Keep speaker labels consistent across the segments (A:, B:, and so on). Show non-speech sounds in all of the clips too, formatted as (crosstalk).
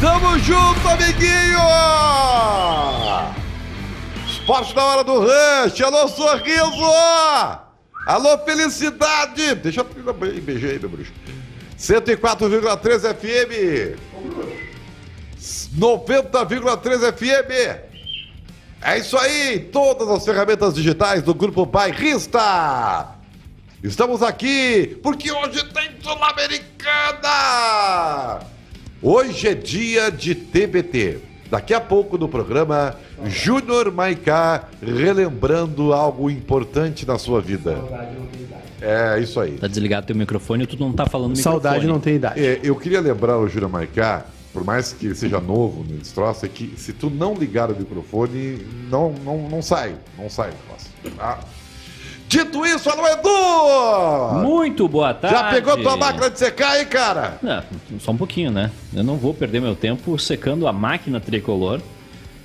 A: Tamo junto, amiguinho! Esporte da hora do Rush! Alô, sorriso! Alô, felicidade! Deixa eu beijar aí, meu bruxo. 104,3 FM. 90,3 FM. É isso aí, todas as ferramentas digitais do Grupo Bairrista. Estamos aqui porque hoje tem Sul-Americana. Hoje é dia de TBT. Daqui a pouco no programa, Júnior Maicá relembrando algo importante na sua vida. É, isso aí.
B: Tá desligado teu microfone, tu não tá falando
C: Saudade não
B: microfone.
C: tem idade.
A: É, eu queria lembrar ao Júnior Maicá, por mais que ele seja novo no destroço, é que se tu não ligar o microfone, não, não, não sai. Não sai o negócio. tá? Dito isso, alô Edu!
B: Muito boa tarde.
A: Já pegou tua máquina de secar aí, cara?
B: Não, só um pouquinho, né? Eu não vou perder meu tempo secando a máquina tricolor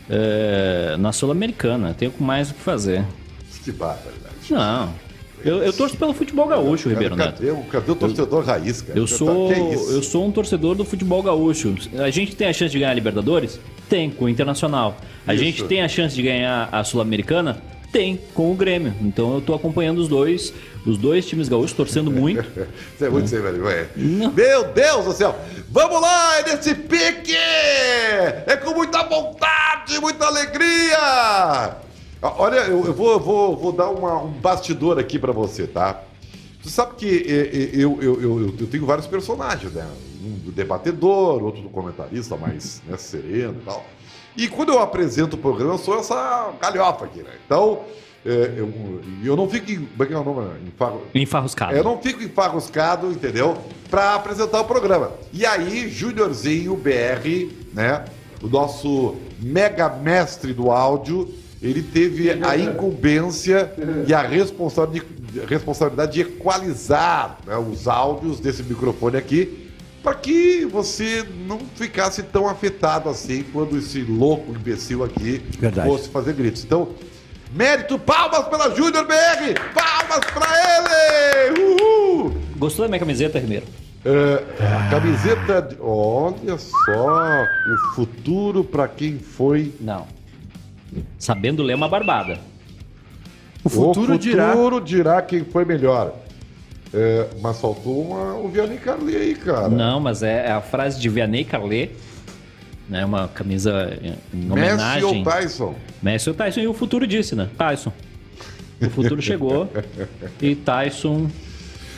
B: eh, na Sul-Americana. Tenho mais o que fazer.
A: Que barbaridade.
B: Não. Eu, eu torço pelo futebol gaúcho, Ribeiro
A: Cara,
B: Neto.
A: cadê, o- cadê o torcedor raiz, cara?
B: né? Eu
A: Tá-
B: sou,
A: Que isso?
B: eu sou um torcedor do futebol gaúcho. A gente tem a chance de ganhar a Libertadores? Tem, com o Internacional. A
A: Isso.
B: gente tem a chance de ganhar a Sul-Americana? Tem, com o Grêmio. Então eu tô acompanhando os dois, os dois times gaúchos,
A: (laughs)
B: torcendo muito.
A: Você é muito sem vergonha.
B: Não.
A: Meu Deus do céu! Vamos lá, é nesse pique! É com muita vontade, muita alegria! Ah, Olha, eu, eu vou, eu vou, vou dar uma- um bastidor aqui pra você, tá? Você sabe que eh, eh, eu, eu, eu, eu- eu tenho vários personagens, né? Um do debatedor, outro do comentarista mais né, sereno e tal. E quando eu apresento o programa, eu sou essa galhofa aqui, né? Então, eh, eu, eu não fico. em- Como é que é o nome? Em fago-
B: Enfarruscado.
A: eu não fico enfarruscado, entendeu? Pra apresentar o programa. E aí, Júniorzinho BR, né? O nosso mega mestre do áudio, ele teve a incumbência e a responsab- responsabilidade de equalizar né, os áudios desse microfone aqui para que você não ficasse tão afetado assim quando esse louco imbecil aqui
C: Verdade.
A: fosse fazer gritos. Então, mérito, palmas pela Júnior BR! Palmas pra ele! Uhul!
B: Gostou da minha camiseta, Ribeiro?
A: É,
C: Ah.
A: a camiseta. de- Olha só! O futuro para quem foi.
B: Não. Sabendo ler é uma barbada.
C: O futuro, dirá.
A: futuro dirá quem foi melhor. É, mas faltou uma, o Vianney Carli aí, cara.
B: Não, mas é, é a frase de Vianney Carlet, né? Uma camisa em em
A: Messi ou
B: homenagem.
A: Tyson?
B: Messi ou Tyson? E o futuro disse, né? Tyson. O futuro chegou e Tyson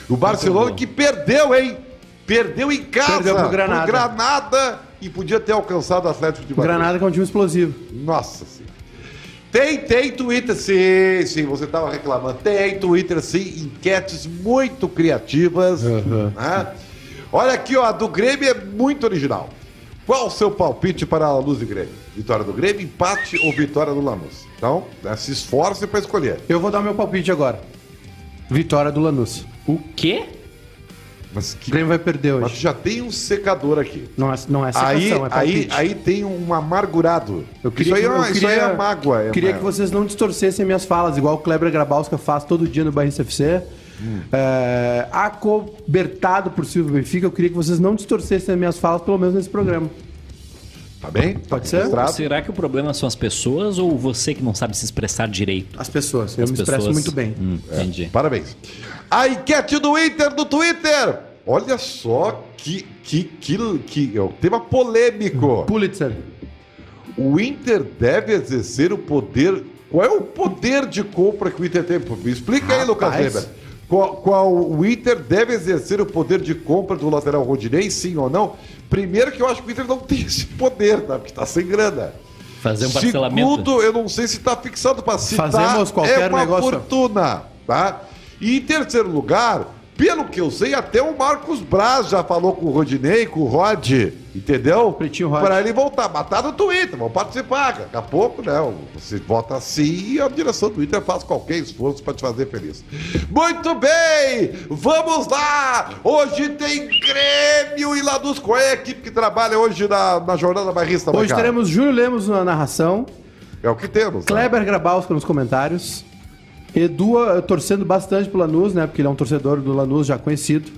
A: O Barcelona que perdeu, hein? Perdeu em casa.
C: Perdeu pro Granada.
A: pro Granada e podia ter alcançado o Atlético de
C: O
A: Madrid.
C: Granada que é um time explosivo.
A: Nossa senhora. Tem, tem Twitter, sim, sim, você estava reclamando. Tem Twitter, sim, enquetes muito criativas. né? Olha aqui, ó, a do Grêmio é muito original. Qual o seu palpite para a luz do Grêmio? Vitória do Grêmio, empate ou vitória do Lanús? Então, né, se esforce para escolher.
C: Eu vou dar meu palpite agora. Vitória do Lanús.
B: O quê?
A: Mas, que-
C: O Grêmio vai perder
A: mas
C: hoje.
A: já tem um secador aqui.
C: Não é, não é secação,
A: aí,
C: é
A: aí,
C: palpite.
A: aí tem um amargurado.
C: Eu queria,
A: isso aí, é
C: que-
A: uma-
C: eu
A: isso aí é
C: queria-
A: mágoa. é
C: queria
A: uma-
C: que vocês não distorcessem minhas falas, igual o Kleber Grabowska faz todo dia no Barrista FC.
A: Hum.
C: É, acobertado por Silvio Benfica, eu queria que vocês não distorcessem as minhas falas, pelo menos nesse programa.
A: Tá bem?
C: Pode ser?
A: Registrado?
B: Será que o problema são as pessoas ou você que não sabe se expressar direito?
C: As pessoas, eu
B: As
C: me expresso
B: pessoas-
C: muito bem.
B: Hum,
A: É.
B: entendi.
A: Parabéns. A enquete do Inter do Twitter. Olha só que, que, que, que é um tema polêmico.
C: Pulitzer.
A: O Inter deve exercer o poder. Qual é o poder de compra que o Inter tem? Me explica aí, Lucas
C: Rapaz.
A: Weber. Qual, qual o Inter deve exercer o poder de compra do lateral Rodinei, sim ou não? Primeiro que eu acho que o Inter não tem esse poder, tá? porque tá sem grana.
B: Fazer um parcelamento.
A: Segundo, eu não sei se está fixado para se
C: Fazemos qualquer
A: é uma
C: negócio.
A: fortuna, tá? E em terceiro lugar, pelo que eu sei, até o Marcos Braz já falou com o Rodinei, com o Rod, entendeu?
C: Pretinho Rod.
A: Para ele voltar, matar no Twitter, vão participar, daqui a pouco, né? Você vota assim e a direção do Twitter faz qualquer esforço para te fazer feliz. Muito bem, vamos lá! Hoje tem Grêmio e Lanús, qual é a equipe que trabalha hoje na, na Jornada Barrista?
C: Hoje
A: Maicá?
C: teremos Júlio Lemos na narração,
A: É o que temos. né?
C: Kleber Grabowska nos comentários, Edu eh, torcendo bastante pro Lanús, né? Porque ele é um torcedor do Lanús já conhecido.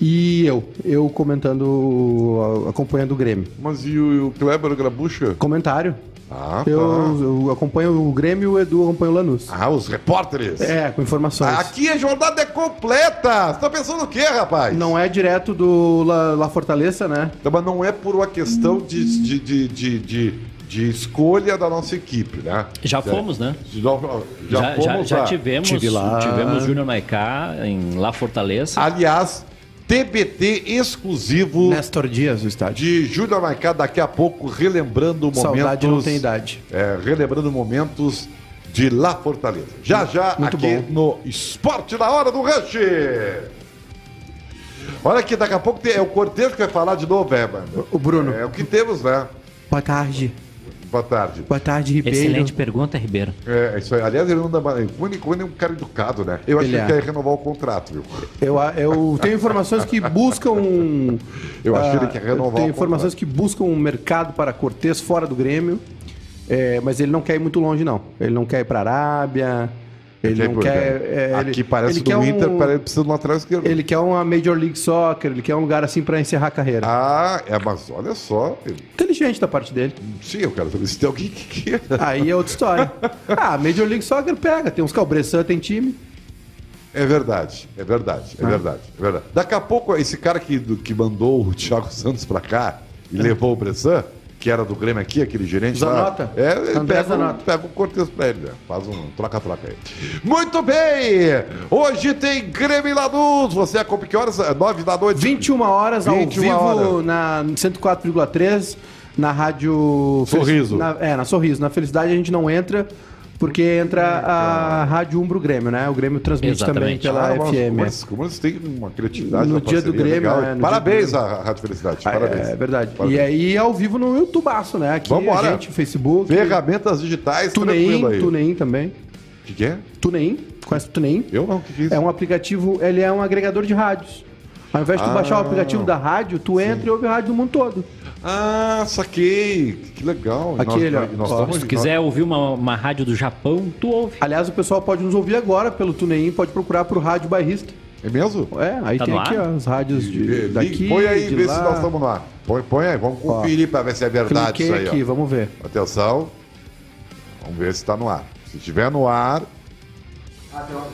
C: E eu, eu comentando, acompanhando o Grêmio.
A: Mas e o, e o Kleber Grabucha?
C: Comentário.
A: Ah, tá.
C: Eu, eu acompanho o Grêmio, o Edu acompanha o Lanús.
A: Ah, os repórteres. Ah,
C: É, com informações.
A: Aqui a jornada é completa. Você tá pensando o quê, rapaz?
C: Não é direto do La, La Fortaleza, né?
A: Então, Mas não é por uma questão de, de, de, de, de, de escolha da nossa equipe, né?
B: Já fomos, né?
A: Já, já
B: Já, já,
A: fomos
B: já
A: lá.
B: tivemos,
C: Tive lá.
B: tivemos Júnior Maiká em La Fortaleza.
A: Aliás, TBT exclusivo
C: Néstor Dias, o estádio.
A: de Júlia Maicá daqui a pouco, relembrando momentos...
C: Saudade não tem idade.
A: é, relembrando momentos de La Fortaleza. Já já
C: Muito
A: aqui no Esporte na Hora do Rush. Olha aqui, daqui a pouco tem- é o Cortejo que vai falar de novo, é, mano.
C: O Bruno.
A: É o que temos, né?
C: Boa tarde.
A: Boa tarde.
C: Boa tarde, Ribeiro.
B: Excelente pergunta, Ribeiro.
A: É, isso aí. Aliás, ele não dá mais. O único é um cara educado, né? Eu acho que
C: Ele
A: ele
C: é.
A: quer renovar o contrato, viu?
C: Eu, eu tenho informações que buscam.
A: Eu acho que ele
C: ah,
A: quer renovar o
C: Tenho
A: contrato.
C: informações que buscam um mercado para Cortez fora do Grêmio. é, mas ele não quer ir muito longe, não. Ele não quer ir para Arábia. Ele,
A: Quer
C: não
A: pro-
C: quer. é,
A: Aqui
C: ele-
A: parece
C: ele
A: que
C: quer
A: do Inter,
C: um-
A: parece que precisa de um lateral esquerdo.
C: Ele quer uma Major League Soccer, ele quer um lugar assim para encerrar a carreira.
A: Ah, é, mas olha só.
C: Inteligente da parte dele.
A: Sim, eu quero saber se tem alguém que queira.
C: Aí é
A: (laughs)
C: outra história. Ah, Major League Soccer pega, tem uns Calbressan, tem time.
A: É verdade, é verdade, é
C: Né?
A: verdade, é verdade. Daqui a pouco, esse cara que, do- que mandou o Thiago (laughs) Santos pra cá
C: É.
A: e levou o Bressan, que era do Grêmio aqui, aquele gerente. lá,
C: Zanotta.
A: É, ele
C: André
A: pega, um,
C: Zanotta.
A: pega um cortejo pra ele, né? Faz um troca-troca aí. Muito bem! Hoje tem Grêmio e Lanús. Você acompanha que horas? É Nove da noite.
C: 21 horas ao
A: 21
C: vivo
A: horas.
C: na 104,3 na rádio
A: Sorriso.
C: Na- é, na Sorriso, na Felicidade a gente não entra porque entra a Rádio Umbro Grêmio, né? O Grêmio transmite também
B: Exatamente.
A: Ah, mas
C: pela FM.
A: Como eles, como eles têm uma criatividade
C: No
A: uma
C: dia do
A: parceria
C: Grêmio,
A: legal.
C: é, no dia
A: Parabéns
C: do
A: à Rádio Felicidade.
C: Ah,
A: Parabéns.
C: É verdade.
A: Parabéns.
C: E aí ao vivo no YouTubeaço, né? Aqui
A: Vambora.
C: a gente, Facebook,
A: Ferramentas digitais, tranquilo
C: TuneIn,
A: aí.
C: TuneIn também.
A: O que, que é?
C: TuneIn, conhece o TuneIn?
A: Eu não, o que, que é isso?
C: É um aplicativo, ele é um agregador de rádios. Ao invés de tu
A: Ah.
C: baixar o aplicativo da rádio, tu entra e ouve rádio do mundo todo.
A: Ah, saquei. Que legal. E
C: Aquele,
A: nós, tá- e nós
C: ó.
A: estamos-
B: Se tu quiser ouvir uma, uma rádio do Japão, tu ouve.
C: Aliás, o pessoal pode nos ouvir agora pelo TuneIn, pode procurar pro Rádio Bairrista.
A: É mesmo?
C: É, aí
B: Tá
C: tem
B: no
C: aqui
B: ar?
C: ó, as rádios de,
A: Ligue-
C: daqui,
A: Põe aí
C: tá de
A: e vê
C: lá.
A: se nós estamos lá. Põe, põe aí, vamos conferir para ver se é verdade
C: Cliquei
A: isso aí.
C: aqui,
A: ó.
C: vamos ver.
A: Atenção. Vamos ver se está no ar. Se estiver no ar.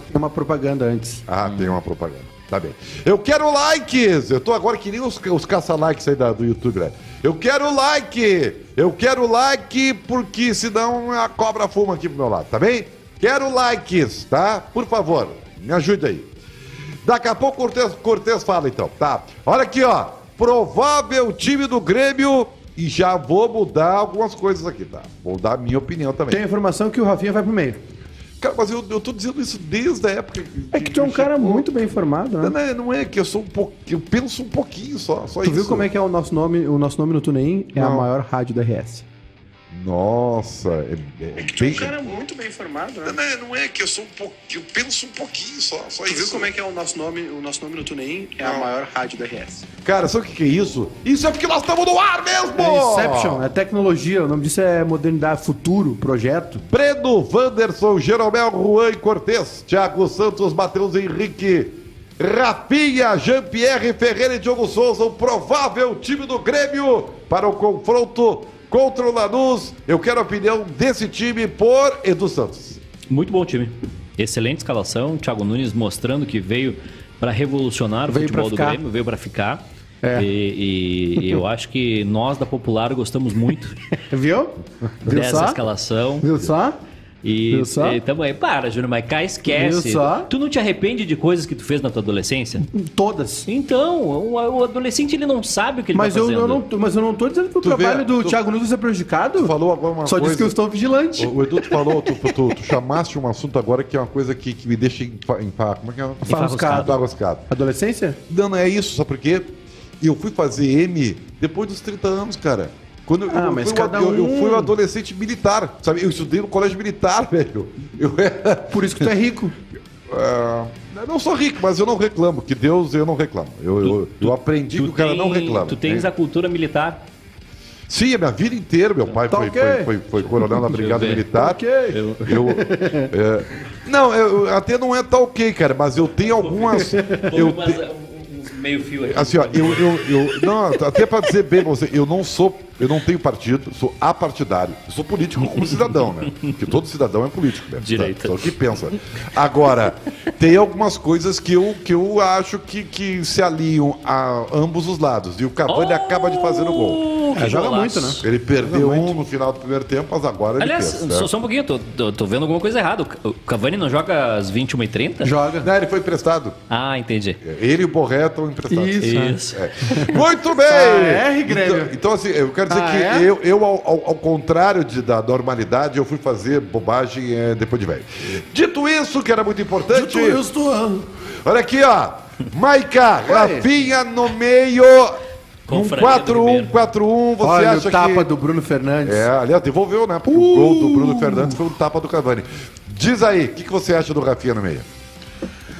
C: Tem uma propaganda antes.
A: Ah, tem uma propaganda. Tá bem. Eu quero likes! Eu tô agora que nem os, os caça-likes aí da- do YouTube, né? Eu quero like! Eu quero like porque senão a cobra fuma aqui pro meu lado, tá bem? Quero likes, tá? Por favor, me ajude aí. Daqui a pouco o Cortez, Cortez fala então, tá? Olha aqui, ó. Provável time do Grêmio. E já vou mudar algumas coisas aqui, tá? Vou dar a minha opinião também.
C: Tem a informação que o Rafinha vai pro meio.
A: Cara, mas eu, eu tô dizendo isso desde a época.
C: É que tu é um cara muito bem informado,
A: Não,
C: né?
A: não é, não é que eu sou um pouquinho. Eu penso um pouquinho só. só
C: Tu viu como é que é o nosso nome? O nosso nome no TuneIn é a
A: Não.
C: maior rádio da RS.
A: Nossa, é, é bem.
C: um muito bem informado, né?
A: não, é, não é que eu sou um pouquinho. Eu penso um pouquinho só. só
C: Tu viu como é que é o nosso nome? O nosso nome no TuneIn é a maior rádio da RS.
A: Cara, sabe o que, que é isso? Isso é porque nós estamos no ar mesmo!
C: É Inception, é tecnologia, o nome disso é modernidade, futuro, projeto.
A: Breno, Wanderson, Jeromel, Juan e Cortez, Thiago Santos, Matheus Henrique, Rafinha, Jean-Pierre Ferreira e Diogo Souza, o provável time do Grêmio para o confronto contra o Lanús. Eu quero a opinião desse time por Edu Santos.
B: Muito bom time. Excelente escalação. Thiago Nunes mostrando que veio para revolucionar o
C: Veio
B: futebol
C: pra
B: do
C: ficar.
B: Grêmio, veio para ficar.
C: É.
B: E, e eu acho que nós da Popular gostamos muito
C: Viu? (laughs) Viu
B: dessa
C: só?
B: escalação.
C: Viu só?
B: E,
C: Viu só?
B: e tamo aí. Para, Júnior Maicá, esquece.
C: Viu só?
B: Tu não te arrepende de coisas que tu fez na tua adolescência?
C: Todas.
B: Então, o, o adolescente ele não sabe o que ele
C: Mas
B: tá
C: eu,
B: fazendo.
C: eu não, tô- mas eu não tô dizendo que o
A: Tu
C: trabalho
A: vê,
C: do
A: tu-
C: Thiago Nunes é prejudicado.
A: Tu falou agora uma
C: Só
A: coisa.
C: disse que eu estou vigilante.
A: O, o Edu, tu falou, tu, tu- tu chamaste um assunto agora que é uma coisa que, que me deixa em, em Como é que é?
C: Enfarruscado.
A: Enfarruscado.
C: Adolescência?
A: Não, não é isso, sabe por quê? Eu fui fazer M depois dos 30 anos, cara. Quando eu-
C: Ah,
A: eu,
C: mas
A: fui um-
C: cada
A: eu- eu
C: um.
A: fui um adolescente militar, sabe? Eu estudei no colégio militar, (laughs) velho. Eu era-
C: Por isso que tu
A: (laughs)
C: é rico.
A: ah, eu não sou rico, mas eu não reclamo. Que Deus, eu não reclamo. Eu, eu, eu aprendi
B: Tu
A: que o cara não
B: tem-
A: reclama.
B: Tu tens
A: né?
B: a cultura militar.
A: Sim, a minha vida inteira. Meu pai
C: Tá
A: foi,
C: ok.
A: foi, foi, foi coronel na Brigada
B: Tá
A: Militar.
C: ok.
A: Eu, é, não, eu, até não é tá ok, cara, mas eu tenho algumas. eu
B: Umas-
A: te-
B: uns um, meio fio aqui.
A: Assim, ó, eu, eu, eu- não, até pra dizer bem pra você, eu não sou, eu não tenho partido, sou apartidário. Eu sou político como cidadão, né? Porque todo cidadão é político, né?
B: Direita.
A: Só que pensa. Agora, tem algumas coisas que eu, que eu acho que, que se alinham a ambos os lados. E o Cavani acaba de fazer o gol. né?
B: Oh, que
C: É, joga
B: golaço.
C: muito,
A: Ele perdeu um no final do primeiro tempo, mas agora ele
B: Aliás,
A: pensa, né?
B: só, só um pouquinho, tô, tô, tô vendo alguma coisa errada. O Ca- O Cavani não joga às 21h30?
C: Joga.
A: Não, ele foi emprestado.
B: Ah, entendi.
A: Ele e o Borré estão emprestados. É.
C: Isso. né?
B: Isso.
A: Muito bem!
C: Ah, é, Grêmio?
A: então, então, assim, eu quero dizer
C: Ah,
A: que
C: é?
A: eu, eu, ao, ao- ao contrário de- da normalidade, eu fui fazer bobagem eh, depois de velho. Dito isso, que era muito importante.
D: Dito isto, ah,
A: Olha aqui, ó. Maica,
C: (laughs)
A: Rafinha no meio.
B: Com
A: Um
B: Franca do
A: 4-1,
B: Ribeiro.
A: 4-1, você
C: Olha
A: acha
C: o tapa
A: que...
C: do Uh! Bruno Fernandes.
A: É, aliás, devolveu, né? Porque o gol do Bruno Fernandes foi um tapa do Cavani. Diz aí, o que, que você acha do Rafinha no meio?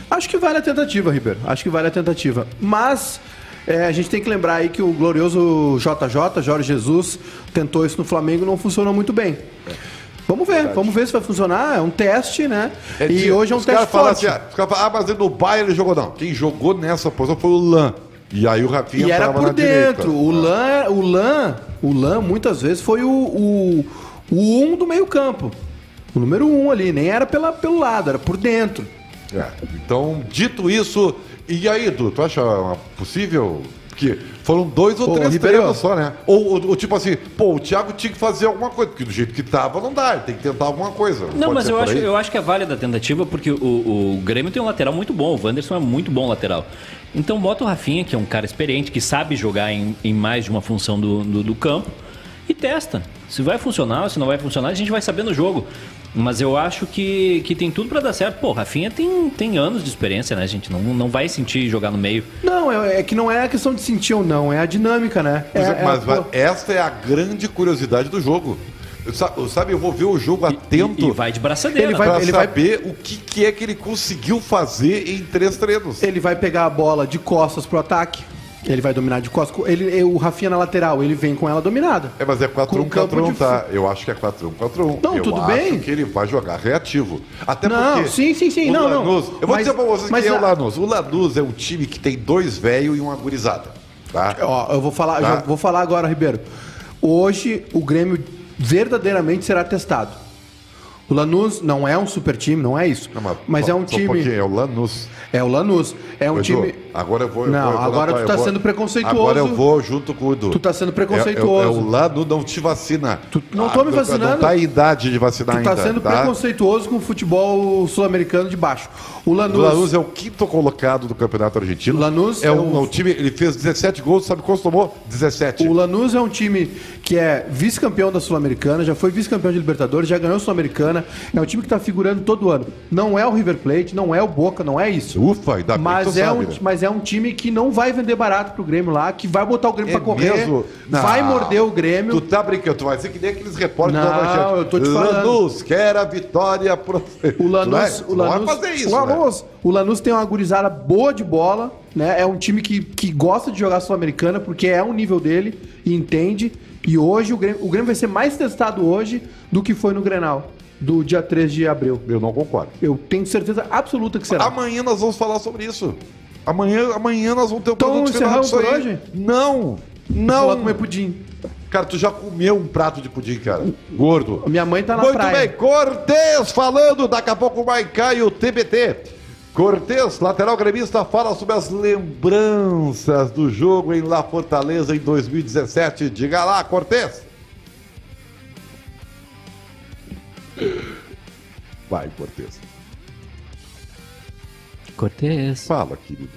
C: Acho que vale a tentativa, Ribeiro. Acho que vale a tentativa. Mas é, a gente tem que lembrar aí que o glorioso JJ, Jorge Jesus, tentou isso no Flamengo e não funcionou muito bem. Vamos ver, vamos ver se vai funcionar. É um teste, né?
A: É,
C: e
A: tinha-
C: hoje é um
A: os caras
C: teste
A: falam
C: forte.
A: Assim, ah, os caras falam, ah, mas ele no Bayern ele jogou. Não, quem jogou nessa posição foi o Lan. E aí o Rafinha
C: E era
A: entrava
C: por
A: na
C: dentro.
A: direita. Ah.
C: O Lan, o Lan, o Lan muitas vezes foi o, o, o um do meio campo. O número um ali, nem era pela, pelo lado, era por dentro.
A: É, Então, dito isso... E aí, Edu, tu acha possível... Porque foram dois ou
C: Pô,
A: três
C: Ribeiro.
A: treinos só, né? Ou, ou- ou tipo assim, pô, o Thiago tinha que fazer alguma coisa. Porque do jeito que tava, não dá. Ele tem que tentar alguma coisa.
B: Não,
A: Pode
B: mas
A: ser
B: eu
A: por
B: acho,
A: aí.
B: eu acho que é válida a tentativa, porque o, o Grêmio tem um lateral muito bom, o Wanderson é muito bom lateral. Então bota o Rafinha, que é um cara experiente, que sabe jogar em, em mais de uma função do, do, do campo, e testa. Se vai funcionar, se não vai funcionar, a gente vai saber no jogo. Mas eu acho que, que tem tudo pra dar certo. Pô, Rafinha tem, tem anos de experiência, né, gente? Não, não vai sentir jogar no meio.
C: Não, é, é que não é a questão de sentir ou não, é a dinâmica, né?
A: Pois é,
C: É- é
A: mas
C: a-
A: vai- essa é a grande curiosidade do jogo. Eu sa- eu- sabe, eu vou ver o jogo atento.
B: E, e vai de braçadeira.
C: Ele
B: né?
C: vai-
A: pra
C: ele
A: saber o que, que é que ele conseguiu fazer em três treinos.
C: Ele vai pegar a bola de costas pro ataque. Ele vai dominar de costas. Ele, é o Rafinha na lateral, ele vem com ela dominada.
A: É, mas é
C: Com
A: 4-1,
C: o campo
A: 4-1,
C: de
A: tá? Eu acho que é 4-1, 4-1.
C: Não,
A: eu
C: tudo
A: acho
C: bem.
A: que ele vai jogar reativo. Até
C: Não,
A: porque...
C: sim, sim, sim,
A: o
C: não, não.
A: Lanús, Eu vou
C: Mas-
A: dizer pra vocês
C: mas
A: quem é
C: a-
A: o Lanús. O Lanús é um time que tem dois velhos e uma gurizada, tá?
C: Ó, eu vou
A: Tá.
C: falar, já vou falar agora, Ribeiro. Hoje o Grêmio verdadeiramente será testado. O Lanús não é um super time, não é isso.
A: Não,
C: mas,
A: só-
C: é um
A: só pouquinho,
C: time.
A: é o Lanús.
C: é o Lanús. É um
A: Edu,
C: time.
A: Agora eu vou. eu
C: Não,
A: vou- eu vou
C: agora
A: na-
C: tu
A: eu
C: tá
A: vou-
C: sendo preconceituoso.
A: Agora eu vou junto com o Edu.
C: Tu tá sendo
A: É, é, é
C: preconceituoso.
A: o lado não te vacina.
C: Tu- não tô me
A: tu-
C: vacinando.
A: Não tá em idade de vacinar
C: Tu tá
A: ainda.
C: sendo preconceituoso com o futebol sul-americano de baixo. O
A: O
C: Lanús.
A: Lanús é o quinto colocado do Campeonato Argentino.
C: Lanús
A: é,
C: é
A: um,
C: o-
A: é um time. Ele fez 17 gols, sabe quantos tomou? 17.
C: O Lanús é um time que é vice-campeão da Sul-Americana, já foi vice-campeão de Libertadores, já ganhou a Sul-Americana. É um time que tá figurando todo ano. Não é o River Plate, não é o Boca, não é isso.
A: Ufa, ainda bem que
C: Mas
A: tu
C: é,
A: sabe,
C: um,
A: né?
C: mas é um time que não vai vender barato pro Grêmio lá, que vai botar o Grêmio
A: É
C: pra correr,
A: mesmo? Não.
C: vai morder o Grêmio.
A: Tu tá brincando, tu vai ser que nem aqueles repórteres
C: Não,
A: da manchete.
C: eu tô te falando.
A: Lanús quer a vitória pro.
C: O
A: Não é?
C: Lanús, o
A: Tu não
C: Lanús,
A: vai fazer isso.
C: o,
A: né?
C: Lanús, o Lanús tem uma gurizada boa de bola, né? É um time que, que gosta de jogar sul-americana porque é um nível dele e entende. E hoje o Grêmio, o Grêmio vai ser mais testado hoje do que foi no Grenal do dia 3 de abril.
A: Eu não concordo.
C: Eu tenho certeza absoluta que será.
A: Amanhã nós vamos falar sobre isso. Amanhã, amanhã nós vamos ter um
C: Então, encerramos
A: disso
C: por
A: aí.
C: hoje?
A: Não,
C: Vou lá
A: não.
C: comer pudim.
A: Cara, tu já comeu um prato de pudim, cara. Gordo.
C: Minha mãe tá na
A: Muito
C: praia.
A: bem, Cortez falando, daqui a pouco vai cair o TBT. Cortez, lateral gremista, fala sobre as lembranças do jogo em La Fortaleza em 2017. Diga lá, Cortez. Vai, Cortez.
B: Cortez,
A: Fala, querido.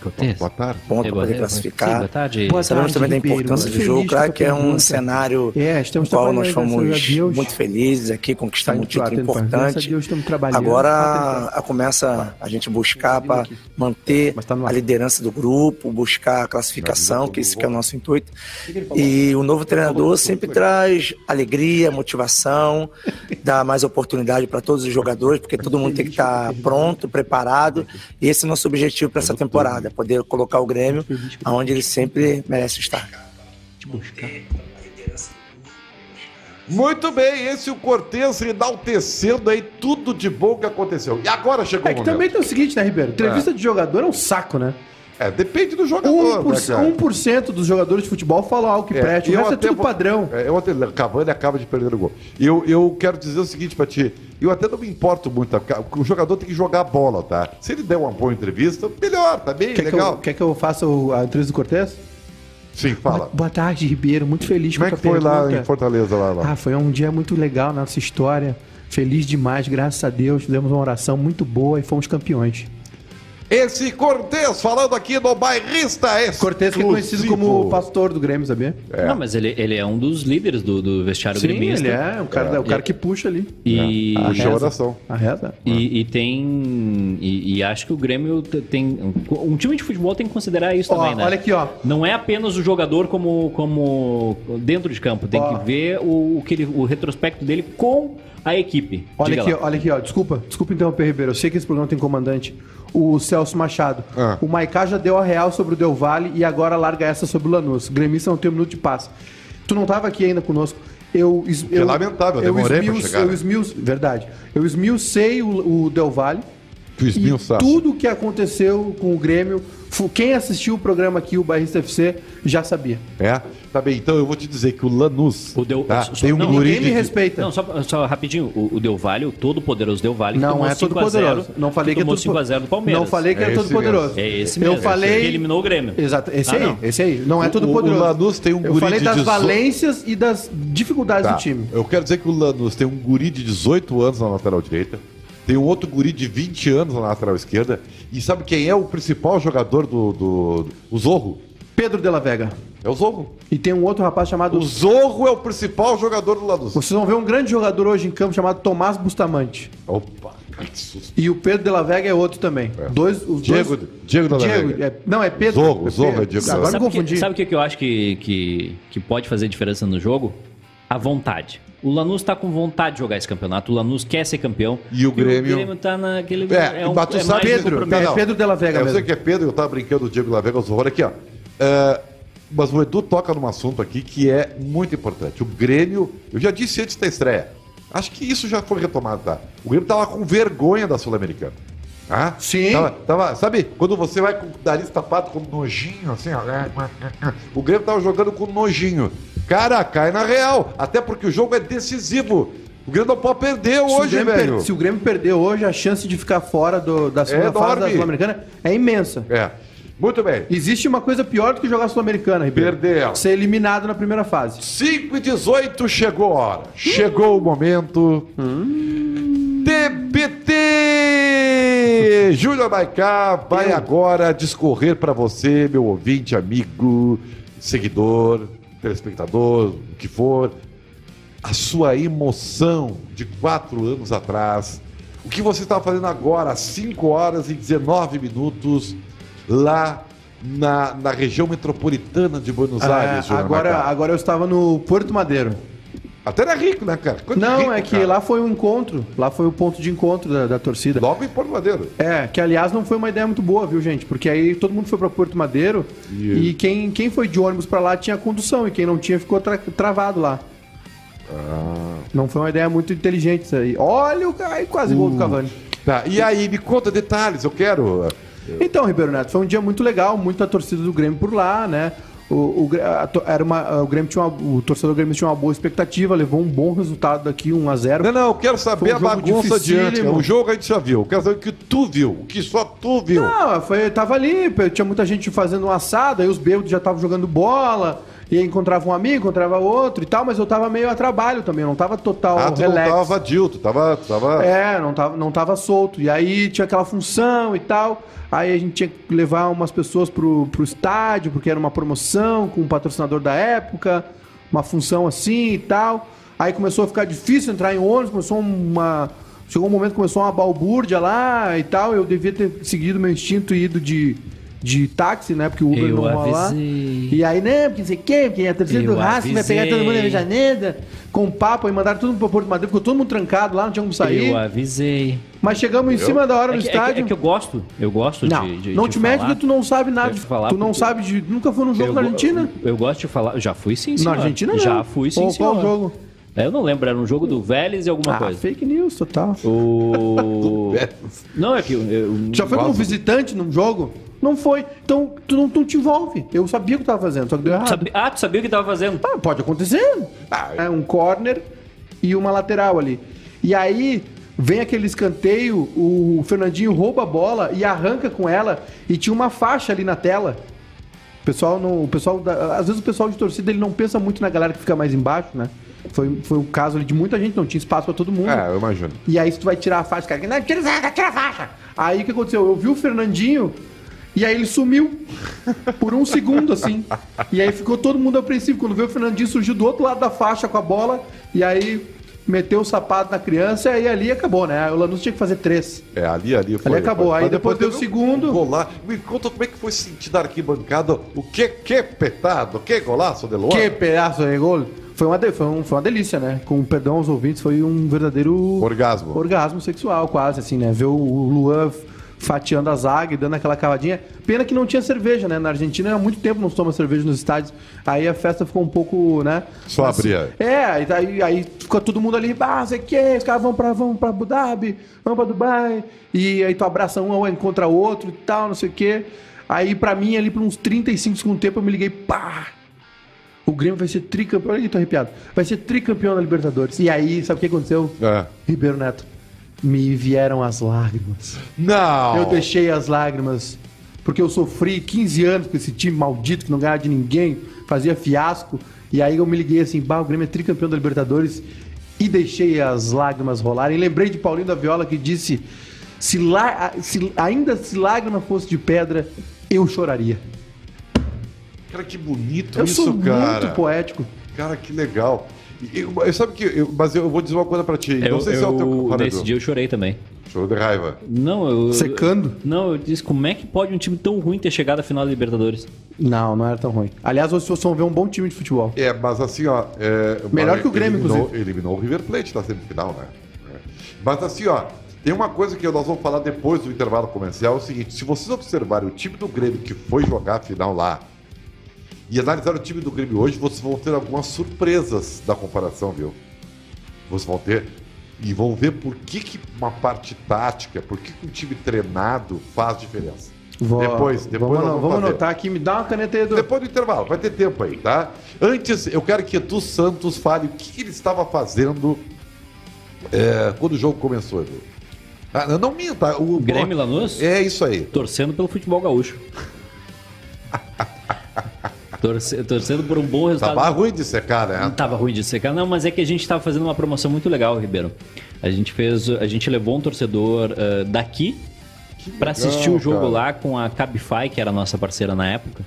B: Cortez.
A: Boa tarde.
D: ponto para
B: Boa
D: reclassificar.
B: boa tarde.
D: Boa Sabemos
C: tarde,
D: também da
C: Ribeiro.
D: é importância do
C: Feliz
D: jogo.
C: com a
D: Claro que é um
C: pergunta.
D: cenário
C: É,
D: no
C: estamos
D: qual
C: trabalhando,
D: nós
C: graças
D: fomos
C: a Deus.
D: muito felizes aqui, conquistamos um
C: Estamos
D: título
C: batendo palmas, graças a
D: importante.
C: Deus, estamos trabalhando.
D: Agora a- começa a gente buscar para manter
C: Mas tá no ar.
D: a liderança do grupo, buscar a classificação, que esse que é o nosso intuito. E o novo treinador sempre traz alegria, motivação, dá mais oportunidade para todos os jogadores, porque todo mundo tem que estar pronto, preparado. E esse é o nosso objetivo para essa temporada, poder colocar o Grêmio onde ele sempre merece estar.
A: Muito bem, esse é o Cortez enaltecendo aí tudo de bom que aconteceu. E agora chegou
C: É
A: o
C: que
A: momento.
C: também tem o seguinte, né, Ribeiro? Entrevista de jogador é um é saco, né?
A: É, depende do jogador, né,
C: 1%, 1 dos jogadores de futebol falam algo que preste, o
A: eu
C: resto é
A: até
C: tudo
A: vou-
C: padrão.
A: É, eu até, Cavani acaba de perder o gol. Eu, eu quero dizer o seguinte pra ti. Eu até não me importo muito. tá? Porque O jogador tem que jogar a bola, tá? Se ele der uma boa entrevista, melhor, tá bem,
C: Quer que,
A: legal.
C: eu, quer que eu faça o- a entrevista do Cortez?
A: Sim, fala.
C: Boa tarde, Ribeiro. Muito feliz
A: Como é
C: com
A: que
C: a
A: foi lá
C: pergunta.
A: em Fortaleza, lá, lá?
C: Ah, foi um dia muito legal na nossa história. Feliz demais, graças a Deus. Fizemos uma oração muito boa e fomos campeões.
A: Esse Cortez falando aqui do bairrista exclusivo.
C: Cortez que é conhecido como o pastor do Grêmio, sabia?
B: Não, mas ele, ele é um dos líderes do, do vestiário gremista.
C: ele é o cara, o cara que puxa ali.
B: E,
A: Ah,
C: reza,
A: Puxa a oração.
C: A reza.
B: e, e tem. E, e acho que o Grêmio t- tem. Um time de futebol tem que considerar isso
C: Ó,
B: também, né?
C: olha aqui, ó.
B: Não é apenas o jogador como, como dentro de campo. Tem
C: Ó.
B: que ver o, o, que ele, o retrospecto dele com a equipe.
C: Olha
B: Diga
C: aqui,
B: lá.
C: ó, olha aqui, ó. Desculpa, desculpa interromper, Ribeiro. Eu sei que esse programa tem comandante. O Celso Machado.
A: Ah.
C: O Maiká já deu a real sobre o Del Valle e agora larga essa sobre o Lanús. Gremista não tem um minuto de paz. Tu não tava aqui ainda conosco. Eu, es-
A: que é lamentável, eu
C: eu
A: demorei pra
C: esmiu-
A: chegar,
C: Eu
A: né?
C: esmiu, verdade. Eu esmiucei o, o Del Valle.
A: Tu
C: E
A: esmiuçar.
C: tudo que aconteceu com o Grêmio, fu- quem assistiu o programa aqui, o Barrista FC, já sabia.
A: É? Tá bem, então eu vou te dizer que o Lanús.
B: O Del-
A: tá?
B: só-
A: Tem um
B: não,
A: guri
C: Ninguém me
A: de-
C: respeita.
B: Não, só, só rapidinho. O, o Del Valle, o todo poderoso Del Valle, que
C: Não
B: tomou
C: é
B: 5
C: todo
B: a 0,
C: poderoso. Não falei que, é
B: tomou
C: todo
B: 5 a 0 do Palmeiras.
C: Não falei que
A: É
C: é,
A: esse
C: todo poderoso.
B: mesmo. É esse
C: Eu
B: mesmo,
C: falei
B: que eliminou o Grêmmio.
C: Exato, esse
B: Ah,
C: aí,
B: não.
C: esse aí. Não é
A: O-
C: todo
A: o- o
C: poderoso.
A: Lanús tem um
C: Eu
A: guri
C: falei
A: de
C: das
A: 18.
C: valências e das dificuldades
A: Tá.
C: do time.
A: Eu quero dizer que o Lanús tem um guri de 18 anos na lateral direita, tem um outro guri de 20 anos na lateral esquerda, e sabe quem é o principal jogador do. do, do- o Zorro?
C: Pedro de la Vega.
A: É o Zorro.
C: E tem um outro rapaz chamado.
A: O Zorro é o principal jogador do Lanús.
C: Vocês vão ver um grande jogador hoje em campo chamado Tomás Bustamante.
A: Opa, que susto.
C: E o Pedro de la Vega é outro também. Dois, os
A: Diego-
C: dois...
A: Diego de la Vega.
C: é- Não, é Pedro.
A: Zorro, Zorro é Diego de la Vega.
C: Agora me
B: Sabe o
C: confundi.
B: que, sabe o que que eu acho que, que, que pode fazer diferença no jogo? A vontade. O Lanús tá com vontade de jogar esse campeonato. O Lanús quer ser campeão.
A: E o Grêmio-
B: O Grêmio tá naquele.
A: É, mas tu sabe-
B: mais um
C: Pedro,
B: compromisso.
C: é Pedro de la Vega
A: É, Eu
C: mesmo.
A: sei que é Pedro, eu tava brincando, o Diego La Vega, o Zorro, olha aqui, ó. É, mas o Edu toca num assunto aqui que é muito importante. O Grêmio, eu já disse antes da estreia, acho que isso já foi retomado, tá? O Grêmio tava com vergonha da Sul-Americana. Ah,
C: Sim.
A: Tava, tava- sabe, quando você vai com o nariz tapado com nojinho, assim, ó. O Grêmio tava jogando com nojinho. Cara, cai na real. Até porque o jogo é decisivo. O Grêmio não pode perder
C: Se o
A: hoje,
C: Grêmio
A: velho. É
C: per- se o Grêmio perder hoje, a chance de ficar fora do- da segunda fase da
A: enorme.
C: Sul-Americana é imensa.
A: É. Muito bem.
C: Existe uma coisa pior do que jogar Sul-Americana, Ribeiro.
A: Perdeu.
C: Ser eliminado na primeira fase.
A: 5 e 18 chegou a hora. Chegou o momento. TPT! Júlia Maicá vai agora discorrer para você, meu ouvinte, amigo, seguidor, telespectador, o que for, a sua emoção de quatro anos atrás, o que você estava fazendo agora, às 5 horas e 19 minutos, lá na, na região metropolitana de Buenos
C: Ah,
A: Aires, Júlia
C: agora,
A: Maicá.
C: agora eu estava no Porto Madeiro.
A: Até era rico, né, cara? Coisa de
C: Não,
A: rico,
C: é que
A: cara.
C: lá foi um encontro. Lá foi o ponto de encontro da, da torcida.
A: Logo em Porto Madeiro.
C: É, que aliás não foi uma ideia muito boa, viu, gente? Porque aí todo mundo foi pra Porto Madeiro
A: E-
C: e quem, quem foi de ônibus pra lá tinha condução e quem não tinha ficou tra- travado lá.
A: Ah.
C: Não foi uma ideia muito inteligente isso aí. Olha o cara, aí quase gol do Cavani.
A: Tá, e aí, me conta detalhes, eu quero.
C: Então, Ribeiro Neto, foi um dia muito legal, muita torcida do Grêmio por lá, né? O, o Grê- a to- era uma, o, Grêmio tinha uma- o torcedor do Grêmio tinha uma boa expectativa, levou um bom resultado daqui, 1 a 0
A: Não, não, eu quero
C: Foi
A: saber
C: um
A: a
C: jogo
A: bagunça de antes. cara.
C: dificílimo.
A: O jogo a gente já viu. Eu quero saber o que tu viu, o que só tu viu.
C: Não, foi, tava ali, p- tinha muita gente fazendo um assado, aí os bêbados já estavam jogando bola, e aí encontrava um amigo, encontrava outro e tal, mas eu tava meio a trabalho também, eu não tava total
A: ah, tu
C: relax.
A: não tava vadio, tu tava. tu tava...
C: É, não tava, não tava solto. E aí tinha aquela função e tal. Aí a gente tinha que levar umas pessoas pro, pro estádio, porque era uma promoção com um patrocinador da época, uma função assim e tal. Aí começou a ficar difícil entrar em ônibus, começou uma. Chegou um momento que começou uma balbúrdia lá e tal. Eu devia ter seguido meu instinto e ido de, de táxi, né? Porque o Uber
B: Eu
C: não rola lá.
B: avisei.
C: E aí, né? Porque não sei quem, porque a torcida
B: Eu
C: do Racing vai pegar todo mundo na
B: avisei.
C: Janeda, com papo, e mandaram todo mundo pro Porto Madeira, ficou todo mundo trancado lá, não tinha como tá sair.
B: Eu avisei.
C: Mas chegamos em cima da hora
B: É
C: no
B: que, é que-
C: estádio.
B: é que eu gosto. Eu gosto
C: Não,
B: de, de.
C: não
B: de
C: te mete porque tu não sabe nada.
B: Eu
C: de-
B: ia falar
C: tu não
B: porque-
C: sabe de. Nunca foi num jogo na Argentina?
B: Eu, eu gosto de falar. Já fui sim,
C: Na
B: senhor.
C: Argentina não.
B: Já fui sim,
C: Qual-
B: senhor.
C: qual jogo?
B: É, Eu não lembro, era um jogo do Vélez e alguma
C: ah,
B: coisa.
C: fake news total.
B: O. não, é que. eu- eu-
C: Já foi como visitante num jogo? Não foi. Então, tu não, tu não te envolve. Eu sabia o que tava fazendo, só que deu errado.
B: Sabe- Ah, tu sabia o que tava fazendo?
C: Ah, pode acontecer.
A: Ah,
C: É um corner e uma lateral ali. E aí vem aquele escanteio, o Fernandinho rouba a bola e arranca com ela e tinha uma faixa ali na tela. O pessoal não, o pessoal da- às vezes o pessoal de torcida ele não pensa muito na galera que fica mais embaixo, né? Foi, foi o caso ali de muita gente, não tinha espaço pra todo mundo.
A: é, eu imagino.
C: E aí, se tu vai tirar a faixa, o cara, não, tira, a faixa, tira a faixa. Aí o que aconteceu? Eu vi o Fernandinho e aí ele sumiu por um segundo, assim. E aí ficou todo mundo apreensivo. Quando veio o Fernandinho, surgiu do outro lado da faixa com a bola e aí meteu o sapato na criança e aí ali acabou, né? Aí o Lanús tinha que fazer três.
A: É, ali, ali foi.
C: acabou.
A: Mas
C: Aí depois deu o
A: teve
C: segundo.
A: Um gola... Me conta como é que foi sentir na arquibancada o que, que petado, que golaço de Luan.
C: Que pedaço de gol! Foi uma, de- foi, um- foi uma delícia, né? Com perdão aos ouvintes, foi um verdadeiro
A: Orgasmo.
C: orgasmo sexual, quase, assim, né? Ver o- o Luan fatiando a zaga e dando aquela cavadinha. Pena que não tinha cerveja, né? Na Argentina há muito tempo não se toma cerveja nos estádios. Aí a festa ficou um pouco, né?
A: Só abria.
C: É, e aí, aí fica todo mundo ali, ah, sei que, os caras vão pra, vão pra Abu Dhabi, vão pra Dubai, e aí tu abraça um, um encontra outro e tal, não sei o quê. Aí pra mim, ali por uns 35 segundos do tempo, eu me liguei, pá! O Grêmio vai ser tricampeão, olha que tô arrepiado, vai ser tricampeão da Libertadores. E aí, sabe o que aconteceu?
A: É.
C: Ribeiro Neto, me vieram as lágrimas.
A: Não!
C: Eu deixei as lágrimas, porque eu sofri 15 anos com esse time maldito que não ganhava de ninguém, fazia fiasco. E aí eu me liguei assim, bah, o Grêmio é tricampeão da Libertadores e deixei as lágrimas rolarem. Lembrei de Paulinho da Viola que disse: se, lá, se ainda se lágrima fosse de pedra, eu choraria.
A: Cara, que bonito
C: Eu
A: isso,
C: sou
A: cara.
C: muito poético.
A: Cara, que legal. E Eu, eu- sabe que eu- mas eu vou dizer uma coisa pra ti.
B: Eu,
A: não sei se é o teu
B: eu,
A: Fala,
B: nesse
A: Edu.
B: dia eu chorei também.
A: Show de raiva.
B: Não, eu.
C: Secando?
B: Não, eu disse como é que pode um time tão ruim ter chegado à final da Libertadores?
C: Não, não era tão ruim. Aliás, hoje vocês vão ver um bom time de futebol.
A: É, mas assim, ó. é,
C: Melhor
A: mas
C: que o Grêmio,
A: eliminou,
C: inclusive.
A: Eliminou o River Plate na semifinal, né? É. Mas assim, ó. Tem uma coisa que nós vamos falar depois do intervalo comercial: é o seguinte, se vocês observarem o time do Grêmio que foi jogar a final lá e analisar o time do Grêmio hoje, vocês vão ter algumas surpresas da comparação, viu? Vocês vão ter. E vão ver por que, que uma parte tática, por que, que um time treinado faz diferença.
C: Vou-
A: depois, depois.
C: Vamos,
A: nós
C: ano- vamos
A: fazer.
C: anotar aqui, me dá uma caneta aí, Edu.
A: Depois do intervalo, vai ter tempo aí, tá? Antes, eu quero que Edu Santos fale o que, que ele estava fazendo é, quando o jogo começou, Edu. Ah, não, não minta. O
B: Grêmio e Lanús?
A: É isso aí.
B: Torcendo pelo futebol gaúcho. Torce- torcendo por um bom resultado.
A: Tava ruim de secar,
B: Não
A: Tá né?
B: tava ruim de secar, não, mas é que a gente tava fazendo uma promoção muito legal, Ribeiro. A gente fez, a gente levou um torcedor eh, daqui para assistir o jogo
A: cara.
B: lá com a Cabify, que era a nossa parceira na época.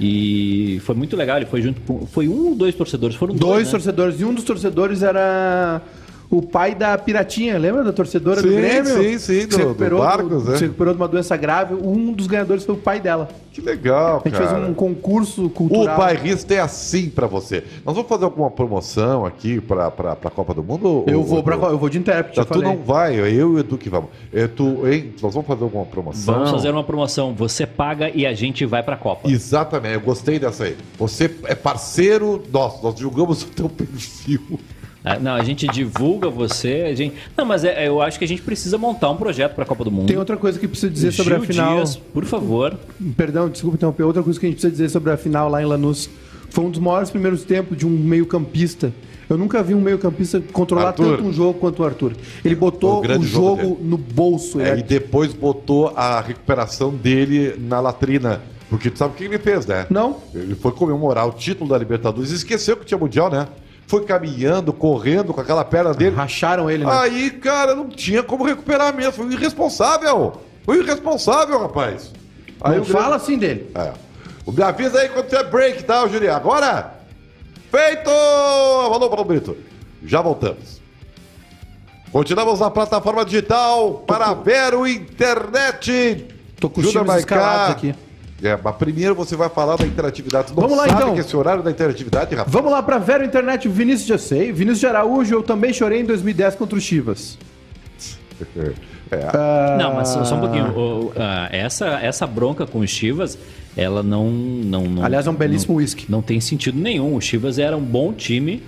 B: E foi muito legal, ele foi junto com foi um ou dois torcedores, foram
C: Dois
B: dois, né?
C: torcedores. E um dos torcedores era o pai da Piratinha, lembra da torcedora do
A: Sim,
C: Grêmio?
A: sim, sim,
C: Que
A: do-
C: se recuperou
A: do Barcos,
C: do-
A: né?
C: Se recuperou de uma doença grave. Um dos ganhadores foi o pai dela.
A: Que legal,
C: A gente
A: cara.
C: fez um concurso
A: O
C: cultural.
A: bairrista é assim pra você. Nós vamos fazer alguma promoção aqui pra, pra, pra Copa do Mundo?
C: Eu
A: ô,
C: vou,
A: Edu?
C: pra, eu vou de intérprete,
A: Tá,
C: já
A: tu
C: falei.
A: não vai, é eu e o Edu que vamos. É, tu, hein? Nós vamos fazer alguma promoção?
B: Vamos fazer uma promoção, você paga e a gente vai pra Copa.
A: Exatamente, eu gostei dessa aí. Você é parceiro nosso, nós julgamos (laughs) o teu perfil.
B: Ah, Não, a gente divulga você, a gente Não, mas é- eu acho que a gente precisa montar um projeto pra Copa do Mundo.
C: Tem outra coisa que preciso dizer sobre a
B: Gil
C: final.
B: Dias, por favor.
C: Perdão, desculpa interromper. Outra coisa que a gente precisa dizer sobre a final lá em Lanús. Foi um dos maiores primeiros tempos de um meio-campista. Eu nunca vi um meio-campista controlar
A: Arthur.
C: tanto um jogo quanto o Arthur.
A: Foi
C: Ele botou
A: o
C: o,
A: grande jogo
C: jogo, no bolso.
A: É,
C: ele
A: e depois botou a recuperação dele na latrina. Porque tu sabe o que ele fez, né?
C: Não.
A: Ele foi comemorar o título da Libertadores e esqueceu que tinha Mundial, né? Foi caminhando, correndo com aquela perna dele.
C: Racharam ele, né?
A: Aí, cara, não tinha como recuperar mesmo. Foi um irresponsável. Foi um irresponsável, rapaz. Aí
C: não
A: o Grêmio-
C: fala assim dele.
A: É. O- Me avisa aí quando tiver break, tá, ô, Juliano? Agora! Feito! Valeu, Paulo Brito. Já voltamos. Continuamos na plataforma digital para Vero Internet.
C: Tô com os
A: Júnior
C: times
A: Maiká.
C: escalados aqui.
A: É, mas primeiro você vai falar da interatividade. Tu não
C: Vamos lá,
A: sabe
C: então.
A: que esse horário da interatividade, rapaz.
C: Vamos lá pra Vero Internet, o Vinícius de Assei. Vinícius de Araújo, eu também chorei em 2010 contra o Chivas.
A: É,
C: Ah.
B: Não, mas só, só um pouquinho. O- o- ah, essa, essa bronca com o Chivas, ela não. não, não
A: Hum,
C: Aliás, é um belíssimo
B: não-
C: whisky. (laughs)
B: Não tem sentido nenhum. O Chivas era um bom time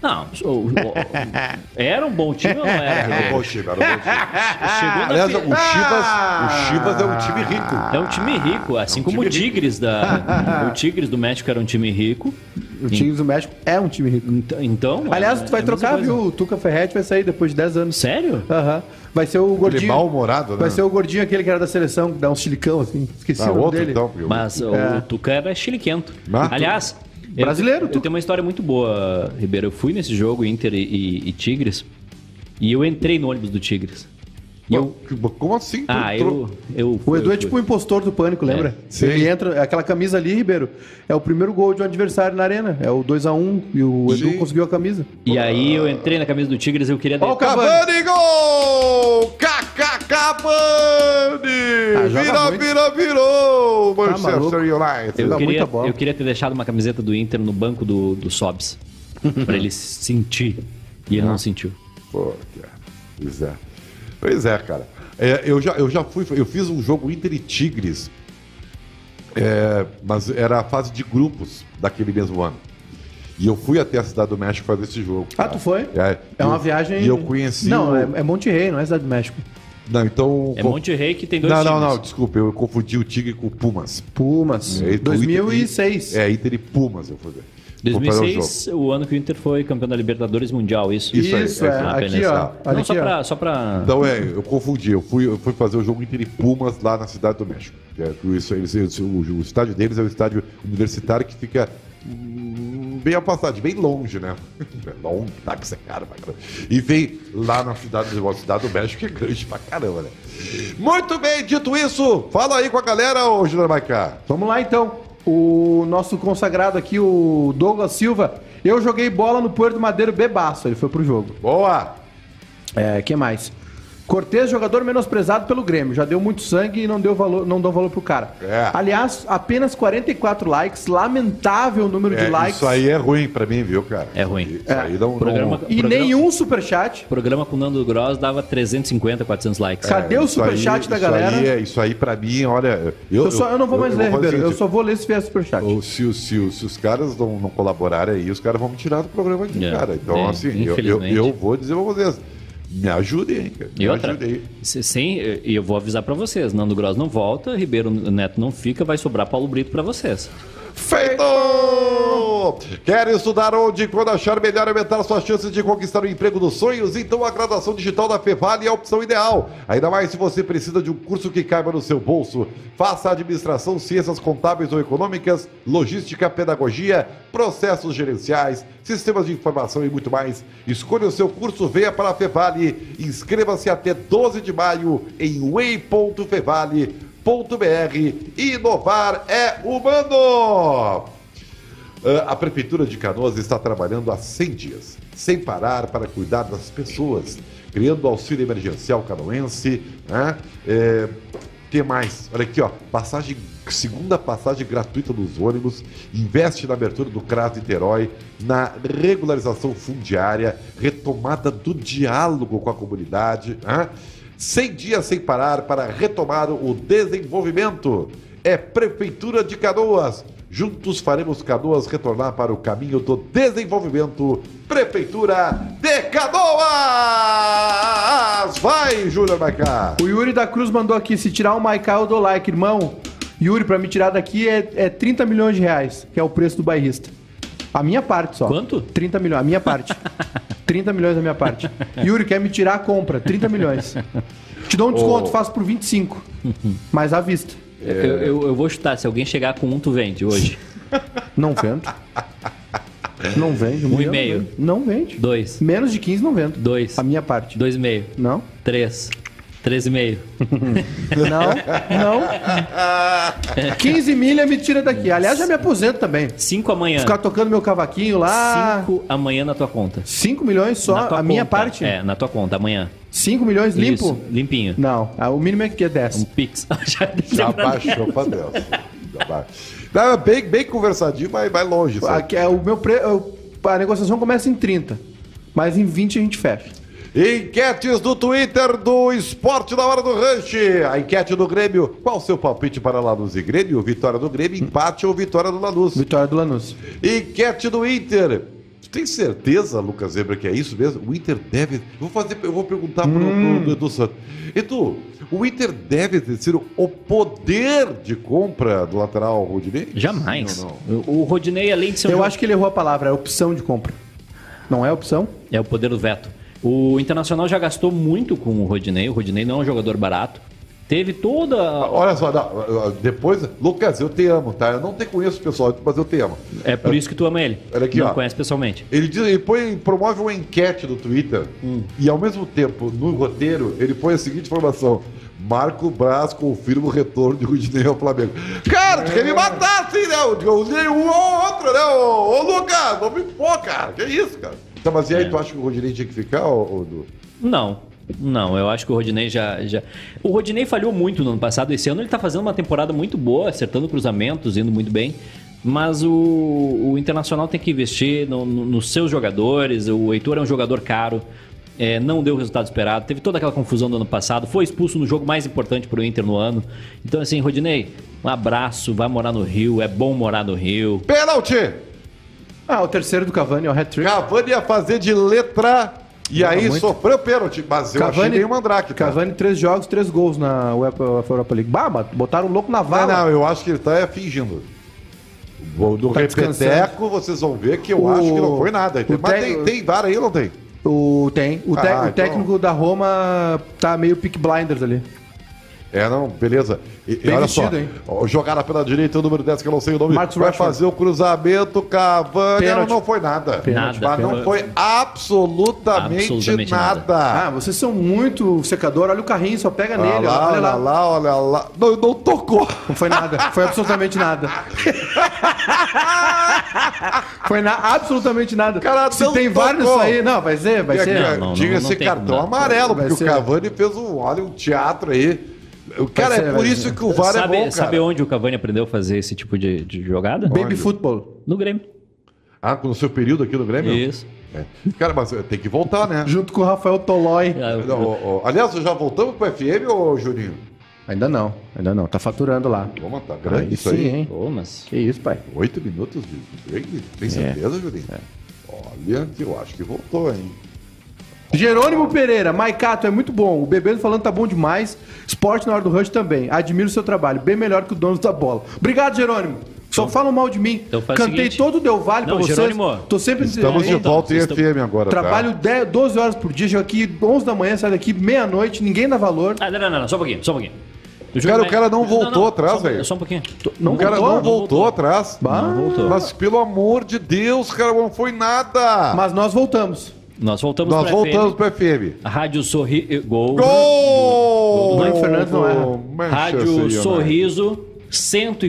B: Não, o- o- o- era um bom time ou não
C: É.
B: era?
A: Era um bom
B: Ribeiro?
A: time, era um bom time.
B: É, Chegou na
A: Aliás, o
B: final.
A: Chivas, o Chivas é um time rico.
B: É um time rico, assim como o
A: time
B: Tigres
C: (laughs)
B: da. o Tigres do México era um time rico.
C: O time do México é um time rico.
B: Ent- Então.
C: Aliás,
B: é-
C: tu vai
B: é a mesma
C: trocar,
B: coisa.
C: viu? O Tuca Ferretti vai sair depois de 10 anos.
B: Sério?
C: Aham. Vai ser o
A: Aquele
C: gordinho.
A: mal-humorado, né?
C: Vai ser o gordinho aquele que era da seleção, que dá um chilicão, assim. Esqueci
A: Ah,
C: o nome
A: outro,
C: dele.
A: então. porque o-
B: Mas o Tuca era chiliquento.
A: Ah.
B: Aliás, eu-
C: É. Brasileiro,
B: Eu,
C: Tuca.
B: tenho uma história muito boa, Ribeiro. Eu fui nesse jogo Inter e, e- e Tigres e eu entrei no ônibus do Tigres. E eu.
A: Pô, Como assim? Tu
B: Ah,
A: entrou-
B: eu. eu
C: O Edu
B: eu
C: é tipo o impostor do pânico, lembra?
A: É, Sim.
C: Ele entra, é aquela camisa ali, Ribeiro, é o primeiro gol de um adversário na arena. É o 2x1 e o Edu
A: Sim.
C: conseguiu a camisa.
B: E aí eu entrei na camisa do Tigres e eu queria.
C: Ó, o
B: de-
A: Cavani, gol! Kaká
C: Ah,
A: Cavani!
C: Tá, joga
A: vira,
C: muito. Tá
A: vira, virou! Manchester
C: maluco.
A: United.
B: Eu
C: Dá
B: queria,
C: muita bola.
B: eu queria ter deixado uma camiseta do Inter no banco do, do Sobs. pra
C: (laughs)
B: ele sentir. E ele não
C: Ah.
B: sentiu.
A: Pô, cara. Pois é. Pois é, cara. É, eu, já, eu já fui, eu fiz um jogo Inter e Tigres, é, mas era a fase de grupos daquele mesmo ano. E eu fui até a Cidade do México fazer esse jogo.
C: Ah,
A: cara.
C: tu foi?
A: É,
C: É uma
A: eu-
C: viagem.
A: E eu conheci.
C: Não,
A: o-
C: é, é Monte Rei, não é Cidade do México.
A: Não, então.
B: É
A: co-
B: Monte Rei que tem dois
A: Não, não,
B: times.
A: não, desculpa, eu confundi o Tigre com o Pumas.
C: Pumas.
A: É, o Inter-
C: 2006.
A: É, Inter e Pumas, eu fui ver. Vou fazer o jogo.
B: 2006, o ano que o Inter foi campeão da Libertadores Mundial, isso?
A: Isso
C: Isso,
A: aí,
C: é.
A: é isso.
C: Aqui, ó.
B: Não,
C: Olha
B: só
C: aqui, ó.
B: pra... Só pra...
A: Então é, eu confundi. Eu fui, eu fui fazer o jogo Inter e Pumas lá na cidade do México. Que é, por isso, eles, eles- o, o estádio deles é o estádio universitário que fica hum, bem a passagem, bem longe, né? (laughs) É longe, tá que você é caro pra caramba. E vem lá na cidade, do- cidade do México, que é grande pra caramba, né? Muito bem, dito isso, fala aí com a galera, ô Júnior Maicá.
C: Vamos lá então. O nosso consagrado aqui, o Douglas Silva. Eu joguei bola no Puerto Madeiro bebaço, ele foi pro jogo.
A: Boa!
C: É, que mais? Cortez, jogador menosprezado pelo Grêmio. Já deu muito sangue e não deu valor, não dão valor pro cara.
A: É.
C: Aliás, apenas 44 likes, lamentável número
A: É,
C: de likes.
A: Isso aí é um ruim pra mim, viu, cara?
B: É ruim.
A: Isso aí não.
B: Programa-
A: não-
C: E
B: Programa-
C: nenhum superchat.
B: programa com o Nando Gross dava 350, 400 likes.
C: Cadê
A: é,
C: o
A: isso
C: superchat
A: aí-
C: da
A: isso
C: galera?
A: aí é- isso aí pra mim, olha.
C: Eu, só, eu não vou mais ler,
A: fazer
C: Ribeiro.
A: o
C: Eu
A: seguinte,
C: só vou ler se vier superchat.
A: Ou se, os- se os- se os caras não, não colaborarem aí, os caras vão me tirar do programa aqui,
B: É,
A: cara. Então,
B: é,
A: assim, eu, eu,
B: infelizmente.
A: eu vou dizer pra vocês. Me ajudem, hein, cara. Me
B: E outra,
A: ajudem.
B: se- sem, e eu vou avisar pra vocês, Nando Gross não volta, Ribeiro Neto não fica, vai sobrar Paulo Brito pra vocês.
A: Feito! Quer estudar onde e quando achar melhor aumentar suas chances de conquistar o emprego dos sonhos? Então a graduação digital da Fevale é a opção ideal. Ainda mais se você precisa de um curso que caiba no seu bolso. Faça administração, ciências contábeis ou econômicas, logística, pedagogia, processos gerenciais, sistemas de informação e muito mais. Escolha o seu curso, venha para a Fevale. Inscreva-se até 12 de maio em way.fevale.com www.prefeitura.br. Inovar é humano! Ah, A Prefeitura de Canoas está trabalhando há 100 dias, sem parar, para cuidar das pessoas, criando o auxílio emergencial canoense. Né? É, que mais? Olha aqui, ó, passagem, segunda passagem gratuita dos ônibus, investe na abertura do CRAS Niterói, na regularização fundiária, retomada do diálogo com a comunidade. Né? 100 dias sem parar para retomar o desenvolvimento. É Prefeitura de Canoas. Juntos faremos Canoas retornar para o caminho do desenvolvimento. Prefeitura de Canoas! Vai, Júlia
C: (laughs)
A: Maicá!
C: O Yuri da Cruz mandou aqui: se tirar o Maical, eu dou like, irmão. Yuri, pra me tirar daqui é, é 30 milhões de reais, que é o preço do bairrista. A minha parte só.
B: Quanto?
C: 30 milhões, a
B: (laughs)
C: minha parte. 30 milhões da minha parte. Yuri, quer me tirar a compra? 30 milhões. Te dou um desconto, faço por 25. Mas à vista.
B: Eu, eu- eu vou chutar, se alguém chegar com um, tu vende
C: (laughs)
B: hoje.
C: Não vendo. Não vende. Um
B: e-mail.
C: Não vende.
B: Dois,
C: Menos de 15 não vendo.
B: Dois.
C: A minha parte.
B: dois e meio,
C: Não.
B: três, três e meio.
C: Não.
B: (laughs)
C: Não. 15 milha me tira daqui. Aliás, já me aposento também.
B: Cinco amanhã.
C: Ficar tocando meu cavaquinho lá.
B: Cinco amanhã na tua conta.
C: 5 milhões só,
B: Na
C: a
B: tua
C: minha
B: conta.
C: parte?
B: É, na tua conta, amanhã.
C: 5 milhões limpo?
B: Isso, limpinho.
C: Não, ah, o mínimo é que é
B: Um
C: 10.
B: pix. (laughs) Já dei
A: Já
B: pra-
A: baixou pra Deus. Já baixou. Tá bem, bem conversadinho, mas vai longe. sabe?
C: Aqui é o meu pre... eu- A negociação começa em 30, mas em 20 a gente fecha.
A: Enquetes do Twitter do Esporte na Hora do Ranch. A enquete do Grêmio. Qual o seu palpite para Lanús e Grêmio? Vitória do Grêmio, empate ou vitória do Lanús?
C: Vitória do Lanús.
A: Enquete do Inter. Tu tem certeza, Lucas Zebra, que é isso mesmo? O Inter deve. eu Vou fazer, eu vou perguntar pro, pro Edu Santos. Edu, o Inter deve ter o poder de compra do lateral Rodinei?
B: Jamais.
A: Sim ou não?
B: O Rodinei, além de ser um
C: Eu
B: jo-
C: acho que ele errou a palavra, é opção de compra. Não é opção?
B: É o poder do veto. O Internacional já gastou muito com o Rodinei. O Rodinei não é um jogador barato. Teve toda.
A: Olha só, não, depois, Lucas, eu te amo, tá? Eu não te conheço pessoal, mas eu te amo.
B: É por isso que tu ama ele.
A: Olha aqui,
B: não
A: ó.
B: conhece pessoalmente.
A: Ele, diz, ele põe, promove uma enquete no Twitter
C: Hum.
A: e, ao mesmo tempo, no roteiro, ele põe a seguinte informação: Marco Braz confirma o retorno de Rudinei ao Flamengo. Cara, tu quer me matar assim, né? Eu digo, nem um ou outro, né? Ô, ô Lucas, não me pô, cara. Que isso, cara? Tá, mas e aí,
B: É.
A: tu acha que o Rodinei tinha que ficar, ô, ô, Du?
B: Não. Não, eu acho que o Rodinei já, já. O Rodinei falhou muito no ano passado. Esse ano ele tá fazendo uma temporada muito boa, acertando cruzamentos, indo muito bem. Mas o, o Internacional tem que investir no- no- nos seus jogadores. O Heitor é um jogador caro. é, não deu o resultado esperado. Teve toda aquela confusão do ano passado. Foi expulso no jogo mais importante pro Inter no ano. Então, assim, Rodinei, um abraço. Vai morar no Rio. É bom morar no Rio.
A: Pênalti!
C: Ah, o terceiro do Cavani, ó, hat-trick.
A: Cavani ia fazer de letra e
C: Não,
A: aí
C: muito.
A: sofreu pênalti. Mas eu achei meio mandrake, tá?
C: Cavani, três jogos, três gols na UEFA Europa League. Bah, mas botaram o louco na
A: Não,
C: vala.
A: não, eu acho que ele tá é, fingindo. Vou- No
C: Tá
A: repeteco,
C: descansando.
A: vocês vão ver que eu
C: O-
A: acho que não foi nada.
C: o
A: Mas
C: técnico-
A: tem, tem VAR aí ou não tem?
C: O, tem. O, tec-
A: Ah,
C: o
A: então.
C: técnico da Roma tá meio pick blinders ali.
A: É, não, beleza. E, e
C: Bem
A: olha
C: vestido,
A: só,
C: hein?
A: ó, jogaram pela direita, o número 10, que eu não sei o nome.
C: Marcos
A: vai
C: Rashford.
A: fazer o cruzamento, Cavani. Não,
C: Pênalti.
A: não foi nada.
B: Pênalti.
A: Mas não
B: Pênalti.
A: foi absolutamente,
B: Absolutamente
A: nada.
B: nada.
C: Ah, vocês são muito secador. Olha o carrinho, só pega
A: olha,
C: nele. ó,
A: lá,
C: Ah, olha lá.
A: olha lá, olha lá. Não, não tocou.
C: Não foi nada. Foi absolutamente (laughs) nada. foi na- absolutamente nada.
A: Cara,
C: Se
A: não
C: tem vários
A: tocou.
C: isso aí. Não, vai ser, vai ser.
B: Não, não,
A: Tinha
B: não,
A: esse
B: não tem
A: é, cartão
B: nada.
A: amarelo,
C: Vai
A: porque o
C: ser.
A: Cavani fez um, olha, um teatro aí. O cara,
C: ser,
A: é por
C: vai
A: isso
C: ser.
A: que o VAR
B: sabe,
A: é bom, cara.
B: sabe onde o Cavani aprendeu a fazer esse tipo de, de jogada?
C: Baby football.
B: No Grêmio.
A: Ah, com o seu período aqui no Grêmio?
B: Isso.
A: É. Cara, mas eh, tem que voltar, né?
C: Junto com o Rafael Tolói.
B: Ah,
A: Não, ô, ô, Aliás, já voltamos pro FM, ô Juninho?
C: Ainda não, ainda não. Tá faturando lá.
A: Vamos tá grande
C: Aí
A: isso
C: sim,
A: aí.
C: hein?
B: Ô, mas.
C: Que isso, pai.
A: Oito minutos de break?
C: É.
A: Tem certeza, Juninho? Olha, que eu acho que voltou, hein?
C: Jerônimo Pereira, Maicato é muito bom. O bebendo falando tá bom demais. Esporte na hora do rush também. Admiro o seu trabalho, bem melhor que o dono da bola. Obrigado, Jerônimo. Só falam mal de mim.
B: então faz o
C: Cantei
B: seguinte.
C: todo o Del Vale pra
B: Não,
C: vocês.
B: Jerônimo,
C: Tô sempre
A: Estamos de
C: Aí,
A: volta em
B: estamos-
A: FM agora, tá?
C: Trabalho 10, 12 horas por dia, chego aqui 11 da manhã, saio daqui meia-noite, ninguém dá valor.
B: Ah, não, não, não, não, só um pouquinho, só um pouquinho. O
A: Cara, o cara não voltou
B: só
A: atrás,
B: um pouquinho,
A: velho.
B: Só um pouquinho.
C: Não
A: o cara
C: voltou?
A: não voltou atrás.
C: Bah.
B: Não voltou.
A: Mas pelo amor de Deus, cara, não foi nada.
C: Mas nós voltamos.
B: Nós voltamos
A: Nós
B: pra
A: voltamos
B: FM.
A: pro FM.
B: A Rádio Sorri... Gol.
A: Gol!
C: Mano Fernandes não erra.
A: é? Manchester né?
B: Rádio
A: United.
B: Sorriso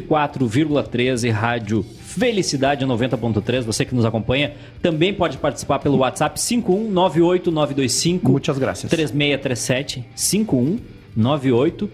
B: 104,13, Rádio Felicidade 90.3. Você que nos acompanha também pode participar pelo WhatsApp 5198925
C: Muitas graças.
B: 3637 5198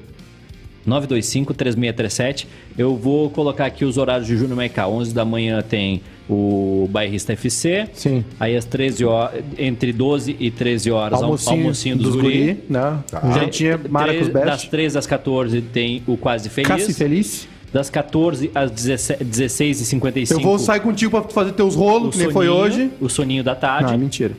B: 925 3637. Eu vou colocar aqui os horários de Júnior Maiká. 11 da manhã tem o Bairrista FC.
C: Sim.
B: Aí às 13 horas, entre 12 e 13 horas, almo- almocinho, dos, guri.
C: né?
A: Tá.
C: Jantinha, Marcos
B: Três- Das
C: Best.
B: 3 às 14 tem o Quase Feliz.
C: Cassi Feliz.
B: Das 14 às 16h55.
C: Eu vou sair contigo pra tu fazer teus rolos, que nem foi hoje.
B: O soninho da
C: Ah,
B: tarde.
C: mentira.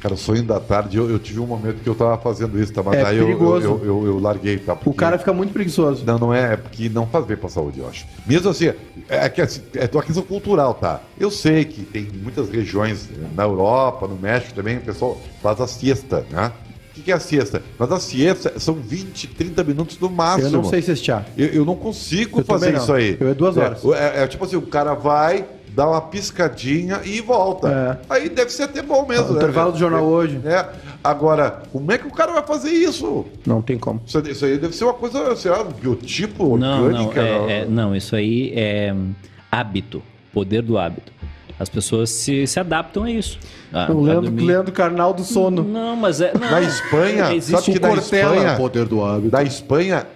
A: Cara, o sonho da tarde, eu, eu tive um momento que eu tava fazendo isso, tá? Mas
C: É
A: aí eu, eu,
C: perigoso.
A: eu, eu- eu larguei, tá?
C: O
A: Porque-
C: cara fica muito preguiçoso.
A: Não, não é, é porque não faz bem pra saúde, eu acho. Mesmo assim, é, que assim, é uma questão cultural, tá? Eu sei que tem muitas regiões eh, na Europa, no México também, o pessoal faz a siesta, né? O que que é a siesta? Mas a siesta são 20, 30 minutos no máximo.
C: Eu não sei se este há.
A: Eu, eu não consigo
C: Eu
A: fazer
C: também não.
A: isso aí.
C: Eu é duas horas.
A: É, é tipo assim, o cara vai, dá uma piscadinha e volta. Aí deve ser até bom mesmo,
C: É.
A: né,
C: O intervalo do jornal hoje.
A: É. Agora, como é que o cara vai fazer isso?
C: Não tem como.
A: Isso, isso aí deve ser uma coisa, sei lá, um biotipo
B: Não, não,
A: orgânica.
B: é- é- não, isso aí é hum, hábito. Poder do hábito. As pessoas se, se adaptam a isso. Ah,
C: O
B: vai
C: Leandro,
B: dormir.
C: Leandro Carnal do sono.
B: Não, mas é. Não,
A: Na Espanha,
B: existe um
A: sabe que na Espanha,
C: poder do hábito.
A: da Espanha,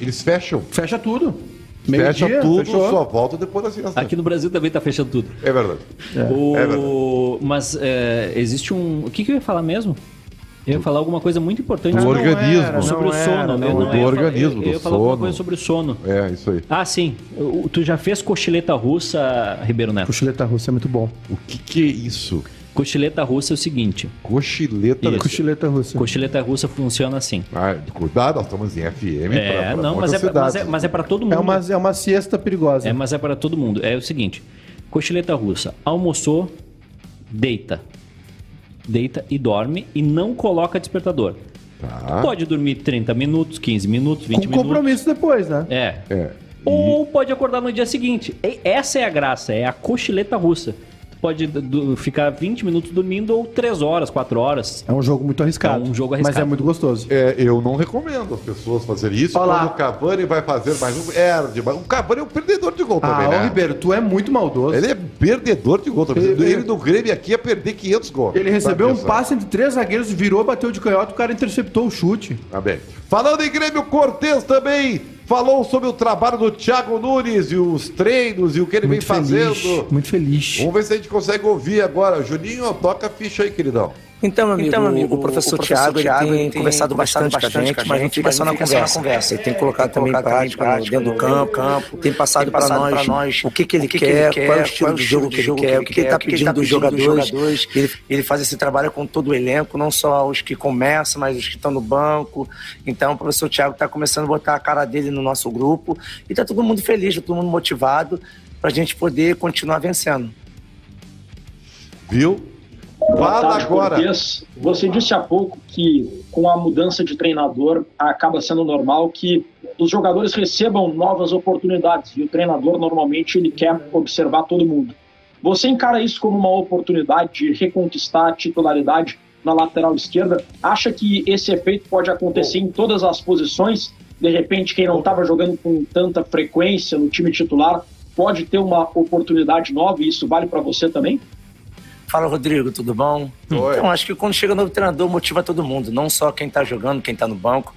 A: eles fecham.
C: Fecha tudo. Meio
A: Fecha
C: dia,
A: tudo,
C: fechou.
A: só volta depois da siesta.
B: Aqui no Brasil também tá fechando tudo.
A: É verdade.
B: O-
A: É verdade.
B: mas é, existe um. O que, que eu ia falar mesmo? Eu ia falar alguma coisa muito importante
A: Do
B: sobre-
A: organismo.
C: era,
B: sobre o
C: não
B: sono.
C: era,
B: né? Não,
C: não
A: Do
B: eu ia falar-
A: organismo,
B: Eu ia
A: do
B: falar alguma
A: sono.
B: coisa sobre o sono.
A: É, isso aí.
B: Ah, sim. O- Tu já fez cochileta russa, Ribeiro Neto?
C: Cochileta russa é muito bom.
A: O que, que é isso?
B: Cochileta russa é o seguinte.
A: Cochileta.
B: Isso.
C: Cochileta russa.
B: Cochileta russa funciona assim.
A: Ah, cuidado, nós estamos em FM. pra-
B: É,
A: pra
B: não,
A: muitas
B: mas é, pra- mas,
A: cidades.
B: é, mas é pra todo mundo.
C: É uma, é uma siesta perigosa.
B: É, mas é para todo mundo. É o seguinte: cochileta russa, almoçou, deita. Deita e dorme e não coloca despertador.
A: Tá.
B: Pode dormir 30 minutos, 15 minutos, 20
C: Com
B: minutos.
C: compromisso depois, né?
B: É.
A: É.
B: Ou pode acordar no dia seguinte. E essa é a graça, é a cochileta russa. Tu pode d- d- ficar 20 minutos dormindo ou 3 horas, 4 horas.
C: É um jogo muito arriscado.
B: É um jogo arriscado.
C: Mas é muito gostoso.
A: É, eu não recomendo as pessoas fazerem isso.
C: Olha lá.
A: Quando o Cavani vai fazer mais um. Herde, mas o Cavani é um perdedor de gol também,
C: Ah,
A: né?
C: ô Ribeiro, tu é muito maldoso. Ele,
A: Ele é perdedor de gol também.
C: Ele- é.
A: Ele, do Grêmio aqui ia perder 500 gols.
C: recebeu
A: Sabe
C: um
A: disso, né?
C: passe entre três zagueiros, virou, bateu de canhota, o cara interceptou o chute.
A: Tá bem. Falando em Grêmio, Cortez também falou sobre o trabalho do Thiago Nunes e os treinos e o que ele vem fazendo.
C: muito feliz.
A: Vamos ver se a gente consegue ouvir agora. Juninho, toca a ficha aí, queridão.
D: Então, amigo, o professor, Tiago Thiago, ele tem, conversado bastante, com a gente, mas não fica só na conversa. Ele tem colocado também em prática, no- dentro do campo, tem passado para nós, o que, que ele quer, qual é o estilo do jogo que ele quer, o que, que ele está pedindo dos jogadores. Ele, ele faz esse trabalho com todo o elenco, não só os que começam, mas os que estão no banco. Então, o professor Tiago está começando a botar a cara dele no nosso grupo e está todo mundo feliz, tá todo mundo motivado para a gente poder continuar vencendo.
A: Viu?
E: Boa
A: Fala
E: tarde,
A: agora.
E: Cortez. Você disse há pouco que com a mudança de treinador acaba sendo normal que os jogadores recebam novas oportunidades e o treinador normalmente ele quer observar todo mundo. Você encara isso como uma oportunidade de reconquistar a titularidade na lateral esquerda? Acha que esse efeito pode acontecer em todas as posições? De repente, quem não estava jogando com tanta frequência no time titular pode ter uma oportunidade nova e isso vale para você também?
D: Fala, Rodrigo, tudo bom?
A: Oi.
D: Então, acho que quando chega novo treinador, motiva todo mundo, não só quem tá jogando, quem tá no banco.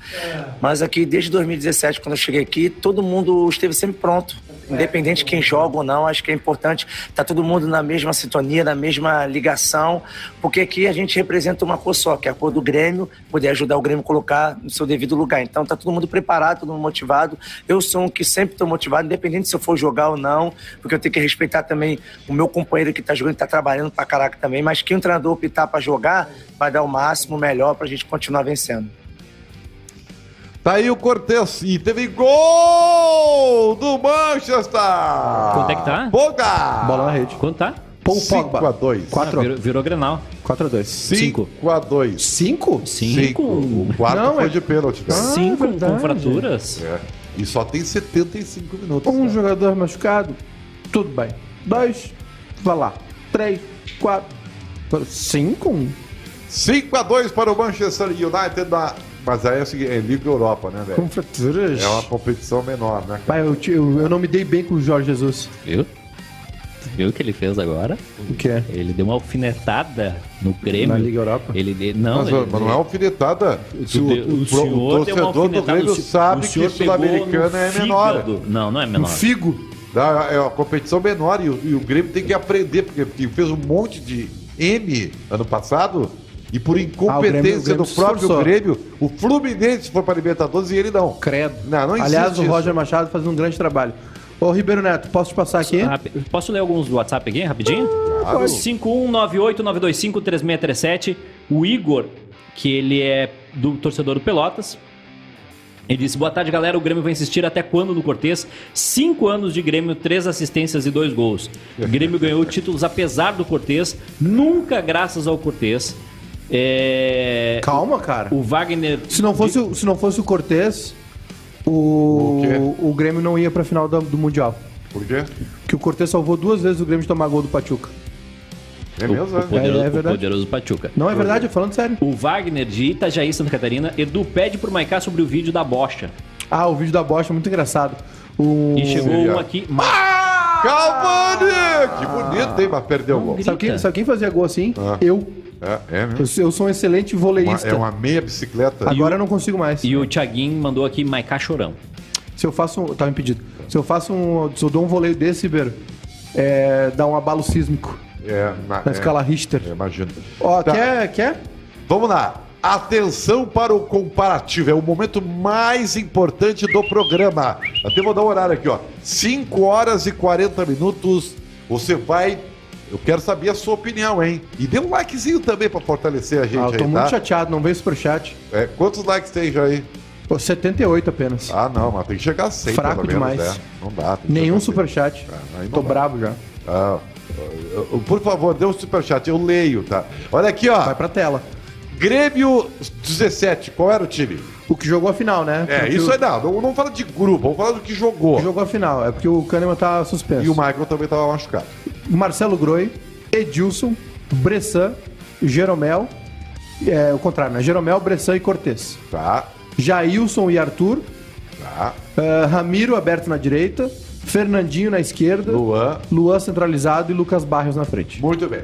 D: Mas aqui, desde 2017, quando eu cheguei aqui, todo mundo esteve sempre pronto. Independente de quem joga ou não, acho que é importante tá todo mundo na mesma sintonia, na mesma ligação, porque aqui a gente representa uma cor só, que é a cor do Grêmio, poder ajudar o Grêmio a colocar no seu devido lugar. Então tá todo mundo preparado, todo mundo motivado. Eu sou um que sempre estou motivado, independente se eu for jogar ou não, porque eu tenho que respeitar também o meu companheiro que tá jogando, que tá trabalhando pra caraca também, mas quem o treinador optar pra jogar, vai dar o máximo, o melhor pra gente continuar vencendo.
A: Tá aí o Cortez. E teve gol do Manchester. Quanto
B: é que tá?
A: Poga.
C: Bola na rede.
B: Quanto tá?
C: Paul
A: 5 a
C: Pogba.
A: 2.
B: Ah,
C: 4
B: virou, virou Grenal.
C: a 2.
B: Cinco.
A: 5 a 2.
C: 5?
B: Cinco.
A: O quarto
C: Não,
A: foi
C: é-
A: de pênalti, cara.
C: Ah,
B: Cinco com
C: verdade.
B: fraturas.
A: É. E só tem 75 minutos.
C: Um
A: cara.
C: jogador machucado, tudo bem. Dois, vai lá. Três, quatro, cinco? Um?
A: 5 a 2 para o Manchester United na... Mas aí é o seguinte, é Liga Europa, né,
C: Com
A: velho?
C: fraturas.
A: É uma competição menor, né?
C: Pai, eu, te- eu, eu não me dei bem com o Jorge Jesus.
B: Viu? Viu o que ele fez agora?
C: O que é?
B: Ele deu uma alfinetada no Grêmio.
C: Na Liga Europa?
B: Ele, de- não,
A: Mas,
B: ele-
A: mas não é alfinetada. Se
B: de-
A: o, o, pro-
B: senhor
A: o
B: deu uma
A: torcedor do
B: alfinetada,
A: Grêmio
B: o se- o
A: sabe que
B: senhor
A: o sul-americano
B: pegou
A: é
B: no
A: menor.
B: fígado. Não, não é
C: O
B: menor.
C: Figo.
A: Dá- É uma competição menor e o, e o Grêmio tem que aprender, porque, porque fez um monte de M ano passado e por incompetência
C: Ah, o Grêmio- o Grêmio
A: do
C: se
A: próprio
C: esforçou.
A: Grêmio, o Fluminense foi para Libertadores e ele não.
C: Credo.
A: Não, não existe
C: Aliás, o
A: isso.
C: Roger Machado fazendo um grande trabalho. Ô, Ribeiro Neto, posso te passar aqui?
B: Ah, Posso ler alguns do WhatsApp aqui, rapidinho?
A: Claro.
B: 5198-925-3637. O Igor, que ele é do torcedor do Pelotas. Ele disse, boa tarde, galera. O Grêmio vai insistir até quando no Cortez? Cinco anos de Grêmio, três assistências e dois
C: (laughs)
B: gols. O Grêmio ganhou títulos apesar do Cortez, nunca graças ao Cortez. É...
C: Calma, cara.
B: O Wagner...
C: Se não fosse, o- se não fosse o Cortez, o,
A: O quê?
C: o, Grêmio não ia pra final da- do, Mundial.
A: Por quê?
C: Que o Cortez salvou duas vezes o Grêmio de tomar gol do Pachuca.
A: É
B: O,
A: mesmo,
B: o
A: né?
B: poderoso,
C: É, é
B: o
C: verdade.
B: poderoso Pachuca.
C: Não é verdade? Falando sério.
B: O Wagner de Itajaí, Santa Catarina. Edu, pede pro Maiká sobre o vídeo da bocha.
C: Ah, o vídeo da Bosch é muito engraçado. O...
B: E chegou
A: Seria.
B: um aqui... Ma-
A: Cavani! Que bonito, hein? Mas perdeu o gol.
C: Sabe quem, sabe quem fazia gol assim?
A: Ah.
C: Eu.
A: É, é
C: eu.
A: mesmo.
C: eu sou um excelente
A: Uma-
C: voleísta.
A: é uma meia bicicleta.
C: Agora eu não consigo mais.
B: E o Thiaguinho mandou aqui Maiká Chorão.
C: Se eu faço um. Tava impedido. Se eu faço um. Se eu dou um voleio desse, Ribeiro, é, dá um abalo sísmico
A: É, na,
C: na escala
A: é,
C: Richter.
A: imagino.
C: Ó, é
A: Tá,
C: quer, quer?
A: Vamos lá. Atenção para o comparativo, é o momento mais importante do programa. Até vou dar o horário aqui, ó. 5 horas e 40 minutos. Você vai. Eu quero saber a sua opinião, hein? E dê um likezinho também para fortalecer a gente
C: Ah, eu
A: aí,
C: tô
A: tá?
C: muito chateado, não veio superchat.
A: É, quantos likes tem já aí?
C: Pô, 78 apenas.
A: Ah, não, mas tem que chegar a 100,
C: Fraco
A: pelo menos,
C: demais.
A: né? Não dá. tem que
C: Nenhum
A: chegar a 100.
C: superchat.
A: Ah, aí não
C: Tô
A: dá.
C: bravo já.
A: Ah, eu- eu- por favor, dê um superchat, eu leio, tá? Olha aqui, ó.
C: Vai pra tela.
A: Grêmio 17, qual era o time?
C: O que jogou a final, né?
A: É,
C: Porque
A: isso
C: o...
A: é dado. Não, não fala de grupo, vamos falar do que jogou.
C: que Jogou a final. É porque o Kahneman tá suspenso.
A: E o Michael também tava machucado.
C: Marcelo Groi, Edilson, Bressan, Jeromel. É o contrário, né? Jeromel, Bressan e Cortez.
A: Tá,
C: Jailson e Arthur.
A: tá.
C: eh, Ramiro aberto na direita. Fernandinho na esquerda.
A: Luan.
C: Luan centralizado e Lucas Barrios na frente.
A: Muito bem.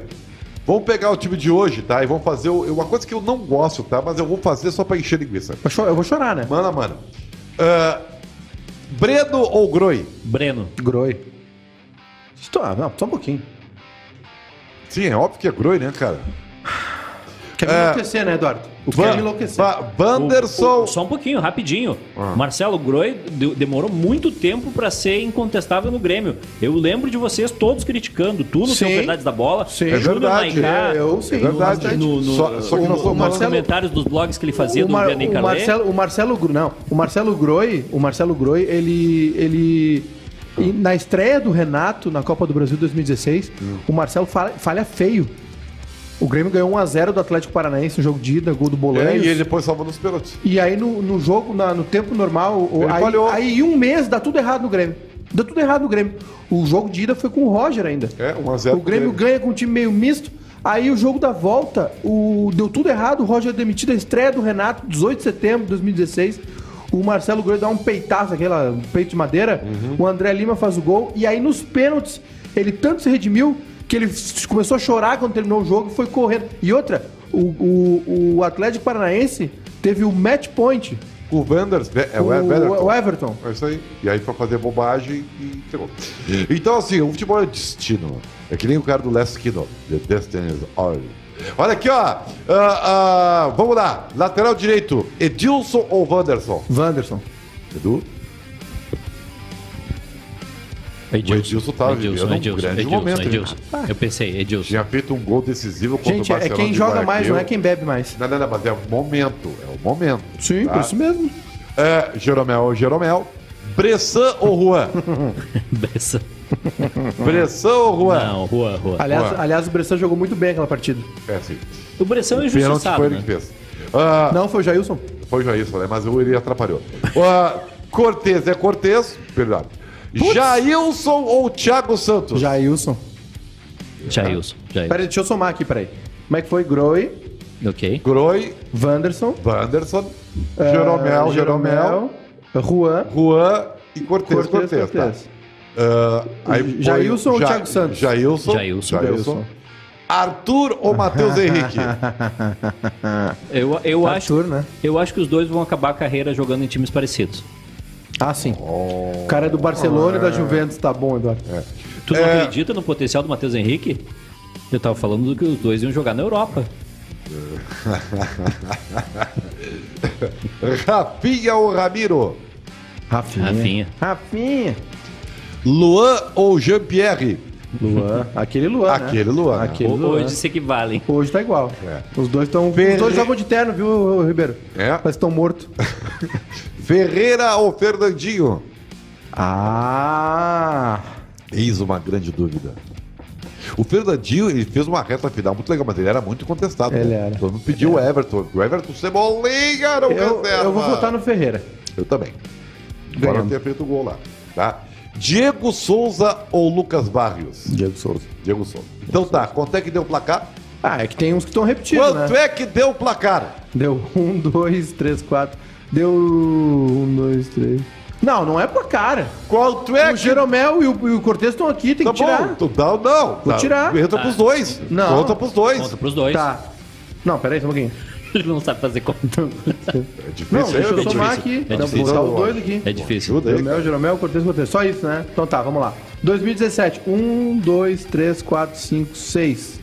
A: Vamos pegar o time de hoje, tá? E vamos fazer o- uma coisa que eu não gosto, tá? Mas eu vou fazer só pra encher linguiça.
C: Eu cho- eu vou chorar, né?
A: Mano, mano. Ah, Bredo ou Groi?
B: Breno.
C: Groi. Estou, ah, não, só um pouquinho.
A: Sim, é óbvio que é Groi, né, cara?
C: Quer me enlouquecer, né, Eduardo? O
A: Van-
C: quer me enlouquecer.
A: Va-
B: O-
A: Vanderson.
B: o- só um pouquinho, rapidinho.
A: Ah.
B: Marcelo Groi de- demorou muito tempo pra ser incontestável no Grêmio. Eu lembro de vocês todos criticando, tu no seu
C: Sim.
B: Verdades da Bola,
C: Sim.
A: É
B: Júnior
A: verdade,
B: Maicá,
C: é, eu sim.
A: É verdade.
B: no, no-
A: só, só que nós vamos
C: o- o
B: nos
C: Marcelo-
B: comentários dos blogs que ele fazia
C: o,
B: do
C: Mar-
B: Vianney
C: o
B: Carlet.
C: Marcelo, o Marcelo Gro- não, o Marcelo Groi, o Marcelo Groi, ele ele e na estreia do Renato na Copa do Brasil 2016,
A: Hum.
C: o Marcelo falha, falha feio. O Grêmio ganhou 1 a 0 do Atlético Paranaense, no jogo de ida, gol do
A: É,
C: Bolanhos.
A: e ele depois salva nos pênaltis.
C: E aí no, no jogo, na- no tempo normal, o-
A: Ele
C: aí,
A: falhou.
C: aí em um mês dá tudo errado no Grêmio. Dá tudo errado no Grêmio. O jogo de ida foi com o Roger ainda.
A: É, 1 a 0
C: O Grêmio
A: pro
C: ganha com um time meio misto. Aí o jogo da volta, o... deu tudo errado, o Roger é demitido, a estreia do Renato, 18 de setembro de 2016. O Marcelo Groi dá um peitaço, aquela um peito de madeira.
A: Uhum.
C: O André Lima faz o gol. E aí nos pênaltis, ele tanto se redimiu que ele s- começou a chorar quando terminou o jogo e foi correndo. E outra, o, o- o Atlético Paranaense teve o match point.
A: O Wanders, é
C: o,
A: o Everton.
C: o Everton.
A: É isso aí. E aí pra fazer bobagem e entregou. Então, assim, o futebol é destino. É que nem o cara do Last Kino, The Destiny's All. Olha aqui, ó. Ah, ah, vamos lá. Lateral direito, Edilson ou Wanderson?
C: Wanderson.
A: Edu?
B: Edilson,
A: O Edilson tava vivendo um grande momento, né?
B: Eu pensei, Edilson.
A: Tinha feito um gol decisivo contra o
C: Gente, é
A: Barcelona.
C: quem
A: de
C: joga mais, não é
A: Guayaquil.
C: quem bebe mais.
A: Não, não, não, mas é o momento. É o momento.
C: Sim,
A: tá?
C: por isso mesmo.
A: É, Jeromel ou Jeromel. Bressan ou
C: (laughs)
A: Juan?
B: Bessa.
A: Bressan ou Juan?
B: Não, rua, rua.
C: Aliás,
A: Ué.
C: aliás, o Bressan jogou muito bem aquela partida.
A: É assim.
B: O Bressan é
A: Pênalti foi
B: injustiçado,
A: ele
B: né?
A: que fez. Ah,
C: Não, foi o Jailson.
A: Foi já isso, né? Mas ele atrapalhou. Ah, Cortez, é Cortez? Perdão. Jailson ou Thiago Santos?
C: Jailson. Tá.
B: Jailson, Jailson.
C: Peraí, deixa eu somar aqui, peraí. Como é que foi? Groi,
B: Ok.
A: Groi,
C: Wanderson,
A: Wanderson,
C: eh,
A: Jeromel, Jeromel,
C: Juan,
A: Juan e Cortez,
C: Cortez,
A: Cortez, tá?
C: Cortez.
A: Ah, aí
C: Jailson
A: foi
C: ou Thiago Santos?
A: Jailson.
B: Jailson.
A: Jailson. Arthur ou
C: (laughs)
A: Matheus Henrique?
B: Eu, eu, acho,
C: Arthur, né?
B: eu acho que os dois vão acabar a carreira jogando em times parecidos.
C: Ah, sim. O cara é do Barcelona e da Juventus, tá bom, Eduardo.
B: Tu não
A: Oh. É.
B: acredita no potencial do Matheus Henrique? Eu tava falando do que os dois iam jogar na Europa.
A: Rafinha ou Ramiro?
C: Rafinha.
B: Rafinha.
C: Rafinha.
A: Luan ou Jean-Pierre?
C: Luan. Aquele Luan, né?
A: Aquele Luan, né?
C: Aquele
B: Ou
C: Luan.
B: Hoje se equivalem.
C: Hoje tá igual.
A: É.
C: Os dois estão.
A: Ferre-
C: Os dois jogam de terno, viu, Ribeiro?
A: É.
C: Mas
A: (laughs)
C: estão mortos.
A: Ferreira ou Fernandinho?
C: Ah!
A: Eis uma grande dúvida. O Fernandinho, ele fez uma reta final muito legal, mas ele era muito contestado.
C: Ele
A: né?
C: era.
A: Todo mundo pediu o Everton. O Everton Cebolinha era o
C: Eu,
A: reserva.
C: eu vou votar no Ferreira.
A: Eu também. Agora eu
C: Ganhamos.
A: tenha feito o gol lá. Tá? Diego Souza ou Lucas Barrios?
C: Diego Souza.
A: Diego Souza. Então tá, quanto é que deu o placar?
C: Ah, é que tem uns que estão repetidos,
A: Quanto
C: né?
A: é que deu o placar?
C: Deu um, dois, três, quatro. Deu um, dois, três. Não, não é pra cara.
A: Quanto é
C: o
A: que.
C: Jeromel e o, e o Cortez estão aqui, tem
A: Tá
C: que tirar.
A: bom, tu dá, não.
C: Vou
A: Tá,
C: tirar.
A: Entra pros dois.
C: Não.
A: Conta pros dois.
B: Ah. Conta pros dois.
C: Tá. Não, peraí, só um pouquinho.
B: (laughs) Ele não sabe fazer conta.
A: É difícil.
C: Não,
A: hein?
C: deixa eu
A: É
C: somar
A: difícil.
C: aqui. Tá
B: É
C: Dá pra
B: difícil.
C: botar os
A: Não,
C: dois um aqui.
B: É difícil.
A: Ajuda aí, cara.
C: Jeromel, Jeromel, Cortez, Cortez. Só isso, né? Então tá, vamos lá. 2017. Um, dois, três, quatro, cinco, seis.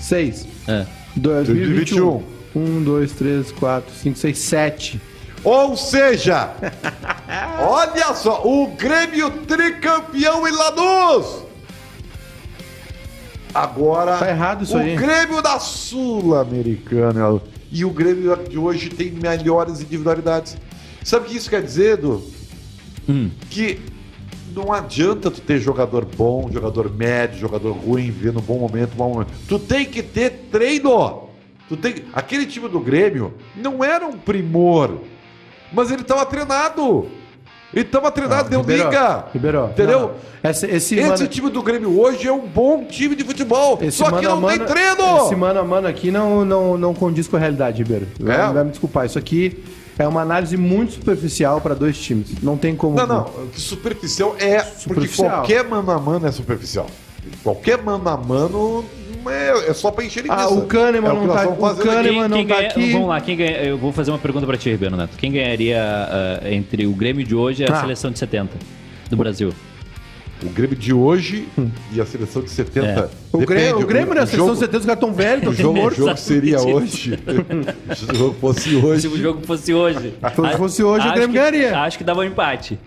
C: Seis.
B: É.
C: 2021.
A: 2021.
C: Um, dois, três, quatro, cinco, seis, sete.
A: Ou
C: (laughs)
A: seja, olha só, o Grêmio tricampeão em Lanús. Agora,
C: Tá errado isso
A: o
C: aí.
A: Grêmio da Sul-Americana. E o Grêmio de hoje tem melhores individualidades. Sabe o que isso quer dizer, Edu?
B: Hum.
A: Que não adianta tu ter jogador bom, jogador médio, jogador ruim, ver no bom momento, mau momento. Tu tem que ter treino. Tu tem... que- Aquele time do Grêmio não era um primor, mas ele tava treinado. Ele tava treinado, deu
C: Ah, Ribeiro,
A: liga.
C: Ribeiro,
A: Entendeu?
C: não, não. Esse, esse, tipo
A: Esse
C: mano-
A: time do Grêmio hoje é um bom time de futebol,
C: esse
A: só que
C: mano a
A: não tem
C: mano-
A: treino.
C: Esse mano a mano aqui não, não, não condiz com a realidade, Ribeiro.
A: É?
C: Vai, vai me desculpar. Isso aqui é uma análise muito superficial para dois times. Não tem como.
A: Não, não. Superficial é. Porque
C: Uhum. Superficial.
A: qualquer mano a mano é superficial. Qualquer mano a mano não é, é só pra encher linguiça.
C: Ah, o Kahneman
A: é
C: não
A: que nós
C: tá-
A: estamos
C: o
A: fazendo
C: Kahneman-
A: aqui.
C: Kahneman não tá
B: ganha-
C: aqui.
B: Vamos lá, quem ganha- eu vou fazer uma pergunta pra ti, Ribeiro Neto. Quem ganharia ah, entre o Grêmio de hoje e a
C: Ah.
B: seleção de 70 do Brasil?
A: O Grêmio de hoje e a seleção de 70.
B: É.
C: Hum. O Grêmio,
A: Depende,
C: o Grêmio, né? A seleção
A: jogo-
C: 70, os caras tão velhos, (laughs) tão
A: O jogo, o
C: mortos.
A: jogo seria
B: Exatamente
A: hoje. (laughs) Se o jogo fosse
B: Se o
A: hoje.
B: jogo fosse hoje.
C: Se fosse hoje, o
B: Acho
C: Grêmio
B: que-
C: ganharia.
B: Acho que dava um empate.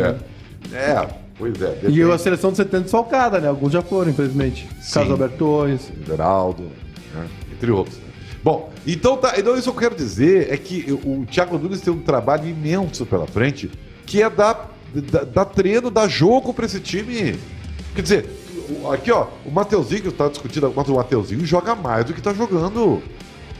A: É. É, pois é.
C: E
A: Depende.
C: eu, a seleção de 70 desfalcada, né? Alguns já foram, infelizmente. Carlos Alberto Torres.
A: Geraldo, né? entre outros. Bom, então, tá, então isso que eu quero dizer é que o Thiago Nunes tem um trabalho imenso pela frente, que é dar, dar, dar treino, dar jogo pra esse time. Quer dizer, o- aqui ó, o Mateuzinho que tá discutindo, mas o Mateuzinho joga mais do que tá jogando.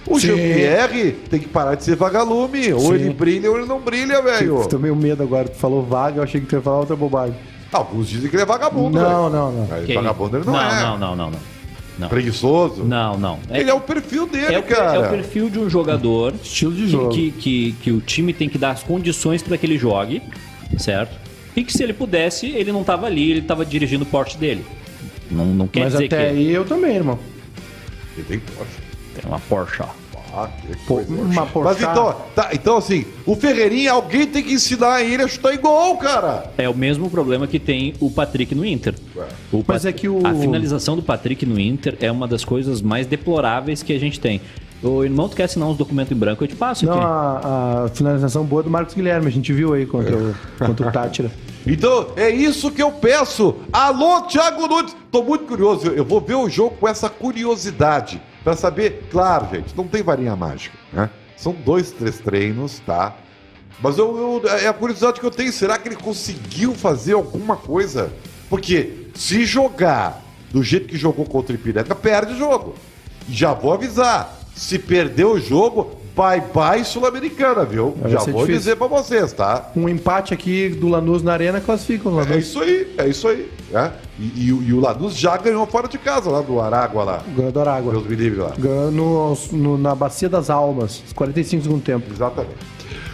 A: O
C: Sim.
A: Jean-Pierre tem que parar de ser vagalume. Ou
C: Sim.
A: ele brilha ou ele não brilha, velho.
C: Eu Tô meio um medo agora. Tu falou vaga, eu achei que tu ia falar outra bobagem.
A: Alguns dizem que ele é vagabundo,
C: Não,
A: velho.
C: não, não.
A: Aí,
B: Que-
A: Vagabundo ele não, é.
B: Não, não, não, não. Não,
A: Preguiçoso.
B: não. não. É,
A: Ele é o perfil dele,
B: é o,
A: cara.
B: é o perfil de um jogador
C: Estilo de
B: que-
C: jogo.
B: Que, que, que o time tem que dar as condições para que ele jogue, certo? E que se ele pudesse, ele não tava ali, ele tava dirigindo o porte dele. Não, não quer
C: Mas
B: dizer
C: até
B: que
C: aí eu também, irmão.
A: Ele tem força.
B: é uma Porsche. ó.
A: Ah, que
C: Pô,
A: coisa.
C: uma
A: Mas
C: Porsche.
A: então, tá, então assim, o Ferreirinha, alguém tem que ensinar ele a chutar igual, cara.
B: É o mesmo problema que tem o Patrick no Inter.
A: Ué.
B: O
C: Mas é que o-
B: A finalização do Patrick no Inter é uma das coisas mais deploráveis que a gente tem. Ô, irmão, tu quer assinar uns documentos em branco? Eu te passo
C: Não,
B: aqui.
C: a, a finalização boa do Marcos Guilherme, a gente viu aí contra, o,
A: É.
C: contra
A: (laughs)
C: o Tátira.
A: Então, é isso que eu peço. Alô, Thiago Nunes. Tô muito curioso. Eu vou ver o jogo com essa curiosidade. Pra saber, claro, gente, não tem varinha mágica, né? São dois, três treinos, tá? Mas eu, eu- é a curiosidade que eu tenho. Será que ele conseguiu fazer alguma coisa? Porque se jogar do jeito que jogou contra o Ipiranga, perde o jogo. E Já vou avisar. Se perder o jogo, bye bye Sul-Americana, viu?
C: Vai
A: Já
C: ser
A: vou
C: difícil.
A: dizer pra vocês, tá?
C: Um empate aqui do Lanús na arena classifica o
A: É
C: Lanús.
A: isso aí, é isso aí. né? E, e o- e o Lanús já ganhou fora de casa, lá do Aragua, lá.
C: Ganhou do Aragua.
A: Deus me livre lá.
C: Ganhou no- no- na Bacia das Almas, os 45 segundos tempo.
A: Exatamente.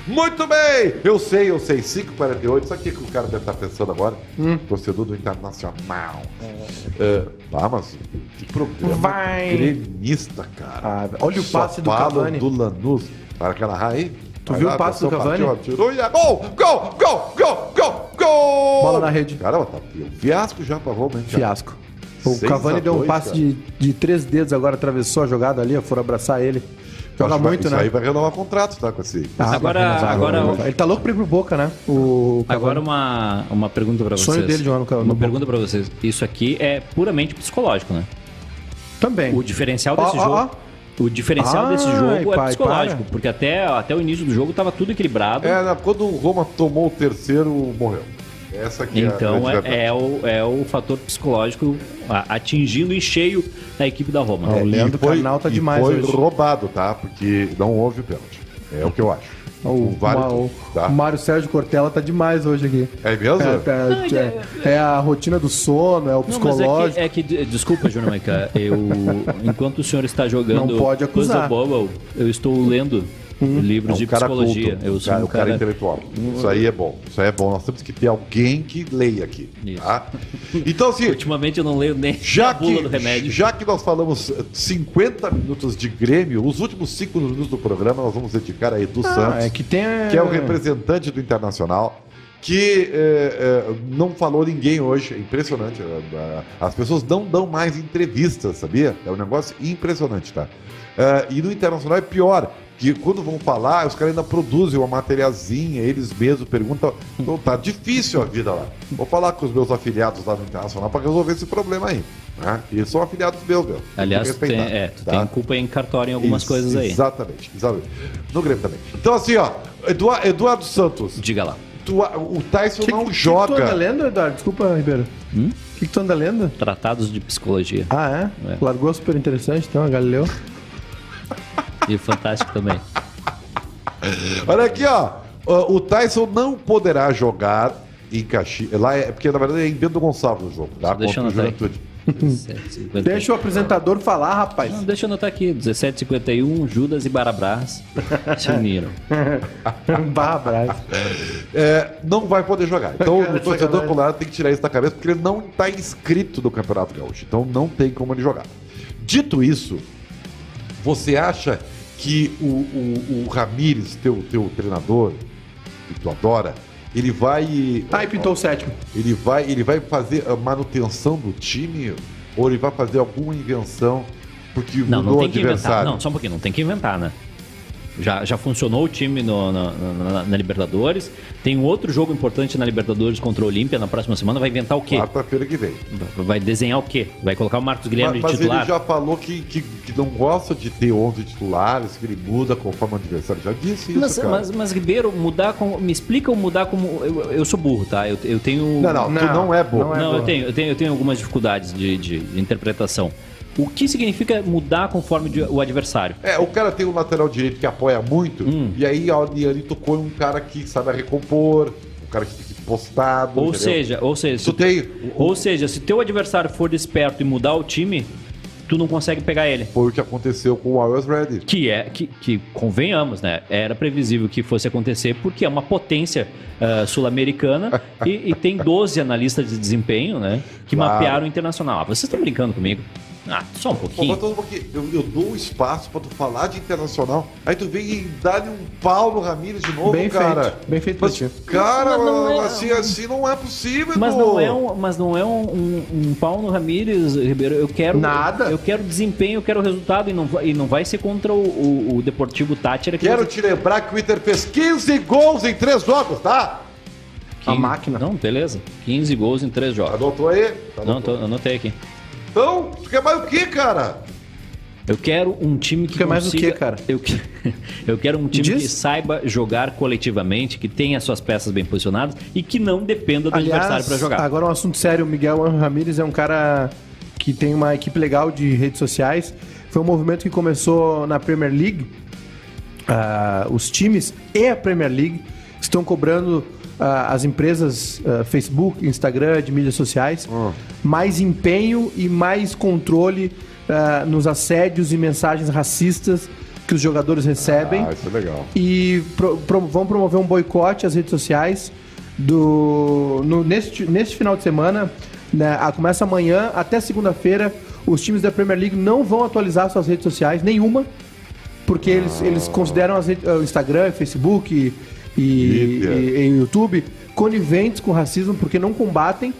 A: Muito bem! Eu sei, eu sei, 5h48. Sabe o que, que o cara deve estar pensando agora?
C: Hum.
A: Torcedor do Internacional. É, tá, mas que problema.
C: Vai.
A: Gremista, cara.
C: Ah, olha o
A: Só
C: passe do
A: falam
C: Cavani.
A: do Lanús. Para aquela raia aí.
C: Tu
A: Vai
C: viu
A: lá,
C: o passe do
A: atenção,
C: Cavani?
A: partiu, atirou e é gol! Gol! Gol! Gol! Gol! Gol!
C: Bola na rede.
A: Caramba, tá um fiasco já pra Roma, hein, cara?
C: Fiasco. O
A: Seis a
C: Cavani deu um
A: dois,
C: passe
A: cara.
C: de, de três dedos agora, atravessou a jogada ali, foram abraçar ele. Joga
A: Acho que vai-
C: muito,
A: isso
C: né?
A: aí vai renovar contrato, tá? Com esse.
C: Ah,
B: Agora-
C: mas
B: agora-
C: Ele tá louco pra ir pro Boca, né? O Cavani.
B: Agora uma, uma pergunta pra vocês.
C: Sonho dele de um ano, cara, no
B: Uma
C: banco.
B: pergunta pra vocês. Isso aqui é puramente psicológico, né?
C: Também.
B: O diferencial
C: É. Ó,
B: desse
C: ó,
B: jogo. O diferencial
C: Ai,
B: desse jogo é
C: pai,
B: psicológico,
C: para.
B: porque até, até o início do jogo tava tudo equilibrado.
A: É, né, quando o Roma tomou o terceiro, morreu. Essa aqui
B: Então
A: é a grande
B: é,
A: verdade.
B: é o, é o fator psicológico a- atingindo em cheio a equipe da Roma.
C: É, o Leandro
A: E foi-
C: Carnal tá
A: e
C: demais
A: Foi
C: hoje.
A: roubado, tá? Porque não houve o pênalti. É o que eu acho.
C: O,
A: VAR,
C: Ma- o-
A: tá?
C: o Mário Sérgio Cortella tá demais hoje aqui.
A: É mesmo?
C: É, é- é a rotina do sono, é o
B: Não, mas
C: psicológico.
B: é que, é que de- desculpa, Júnior Maica,
C: (laughs)
B: eu enquanto o senhor está jogando
C: Não pode acusar. Hum?
B: Puzzle Bobble, eu estou lendo livros
A: É um
B: de
A: cara
B: psicologia.
A: culto,
B: eu
A: um
B: sou
A: cara,
B: um
A: um cara
B: cara,
A: intelectual. Isso aí é bom. Isso aí é bom. Nós temos que ter alguém que leia aqui. Tá? Então,
B: (laughs)
A: assim,
B: ultimamente eu não leio nem tipo a
A: Já
B: bula
A: que,
B: do remédio.
A: já que nós falamos eh, 50 minutos de Grêmio, os últimos 5 minutos do programa nós vamos dedicar a Edu
C: Ah,
A: Santos,
C: é que tem-
A: que é o representante do Internacional, que é, é, não falou ninguém hoje. É impressionante. É, As pessoas não dão mais entrevistas, sabia? É um negócio impressionante, tá? É, e no internacional é pior. Que quando vão falar, os caras ainda produzem uma materiazinha, eles mesmos perguntam. Então tá difícil a vida lá. Vou falar com os meus afiliados lá no Internacional para resolver esse problema aí. Né? E são afiliados meus, meu. Tem que
B: Aliás, tem,
A: respeitar,
B: é, tu
A: tá?
B: tem culpa em cartório em algumas
A: Ex-
B: coisas aí.
A: Exatamente, exatamente. No Grêmio também. Então, assim, ó, Eduar- Eduardo, Santos,
B: Diga lá.
A: tu- o Tyson não
C: Que tu anda
A: joga.
C: lendo, Eduardo? Desculpa, Ribeiro. O que, que tu anda lendo?
B: Tratados de psicologia.
C: Ah, é?
B: É.
C: Largou super interessante, então, a Galileu.
B: E fantástico
A: (laughs)
B: também.
A: Olha aqui, ó. O o Tyson não poderá jogar em Caxias. Lá é, porque na verdade é em Bento Gonçalves o jogo, tá?
B: deixa
A: Contra o
B: eu anotar aí.
A: Juventude.
B: 17,51.
C: Deixa o apresentador falar, rapaz.
B: Não, deixa eu anotar aqui. 1751, Judas e Barabás se uniram.
A: (laughs)
C: Barra
A: É, não vai poder jogar. Então
C: Cara,
A: o torcedor
C: sacanagem.
A: colorado tem que tirar isso da cabeça, porque ele não está inscrito no Campeonato Gaúcho. Então não tem como ele jogar. Dito isso, você acha que o, o, o Ramires, teu, teu treinador, que tu adora, ele vai.
C: Ah, e pintou o sétimo.
A: Ele vai, ele vai fazer a manutenção do time ou ele vai fazer alguma invenção porque mudou
B: Não, não
A: o
B: tem que inventar.
A: adversário?
B: Não, só um pouquinho, não tem que inventar, né? Já, já funcionou o time no- na, na- na- na Libertadores. Tem um outro jogo importante na Libertadores contra o Olímpia na próxima semana. Vai inventar o quê?
A: Quarta-feira que vem.
B: Vai desenhar o quê? Vai colocar o Marcos Guilherme
A: mas
B: de
A: mas ele
B: titular?
A: já falou que, que, que não gosta de ter 11 titulares, que ele muda conforme o adversário. Já disse isso,
B: Mas,
A: cara.
B: mas, mas, Ribeiro, mudar como. Me explica o mudar como. Eu, eu sou burro, tá? Eu, eu tenho.
A: Não, não, tu
C: Não,
A: não é bom.
C: não é
B: Não,
C: boa.
B: eu tenho, eu tenho, eu tenho algumas dificuldades de, de interpretação. O que significa mudar conforme de- o adversário?
A: É, o cara tem um lateral direito que apoia muito,
B: Hum.
A: e aí a Liane tocou em um cara que sabe recompor, um cara que fica postado.
B: Ou
A: entendeu?
B: seja, ou seja,
A: Tu
B: se,
A: tem.
B: ou seja, se teu adversário for desperto e mudar o time, tu não consegue pegar ele.
A: Foi o que aconteceu com o Always Ready.
B: Que é que, que convenhamos, né? Era previsível que fosse acontecer porque é uma potência
A: (laughs)
B: ah, sul-americana e, e tem 12 analistas de desempenho, né? Que
A: Claro.
B: mapearam o internacional. Ah, vocês estão brincando comigo? Ah, só um
A: Pô,
B: pouquinho.
A: mas todo mundo que- eu, eu dou espaço pra tu falar de internacional, aí tu vem e dá-lhe um pau no Ramires de novo,
C: Bem
A: cara.
C: feito, bem feito pra
A: Mas,
C: ti.
A: cara,
B: Mas não é-
A: assim, assim não é possível,
B: Mas
A: pô.
B: não é um, mas não é um, um, um pau no Ramírez, Ribeiro. Eu quero
C: Nada.
B: Eu quero desempenho, eu quero resultado e não vai- e não vai ser contra o, o, o Deportivo Tátira que
A: Quero te lembrar que o Inter fez 15 gols em 3 jogos, tá?
C: a máquina.
B: Não, beleza. 15 gols em 3 jogos.
A: Adotou aí? Tá
B: Não, tô,
A: anotou.
B: anotei aqui.
A: Então, tu quer mais o que, cara?
B: Eu quero um time que
C: Quer mais o
B: consiga-
C: quê, cara?
B: Eu, que- (laughs) eu quero um time
C: Diz?
B: que saiba jogar coletivamente, que tenha suas peças bem posicionadas e que não dependa do adversário para jogar.
C: Agora um assunto sério, o Miguel Ramírez é um cara que tem uma equipe legal de redes sociais. Foi um movimento que começou na Premier League. Ah, os times e a Premier League estão cobrando ah, as empresas ah, Facebook, Instagram, de mídias sociais,
B: Oh.
C: mais empenho e mais controle ah, nos assédios e mensagens racistas que os jogadores recebem
B: Ah,
A: isso é legal.
C: e pro- pro- vão promover um boicote às redes sociais do no- neste, neste final de semana, né, a- começa amanhã até segunda-feira, os times da Premier League não vão atualizar suas redes sociais, nenhuma, porque eles, eles consideram as redes, o Instagram, o Facebook e, e,
A: Twitter.
C: e- e o YouTube coniventes com o racismo porque não combatem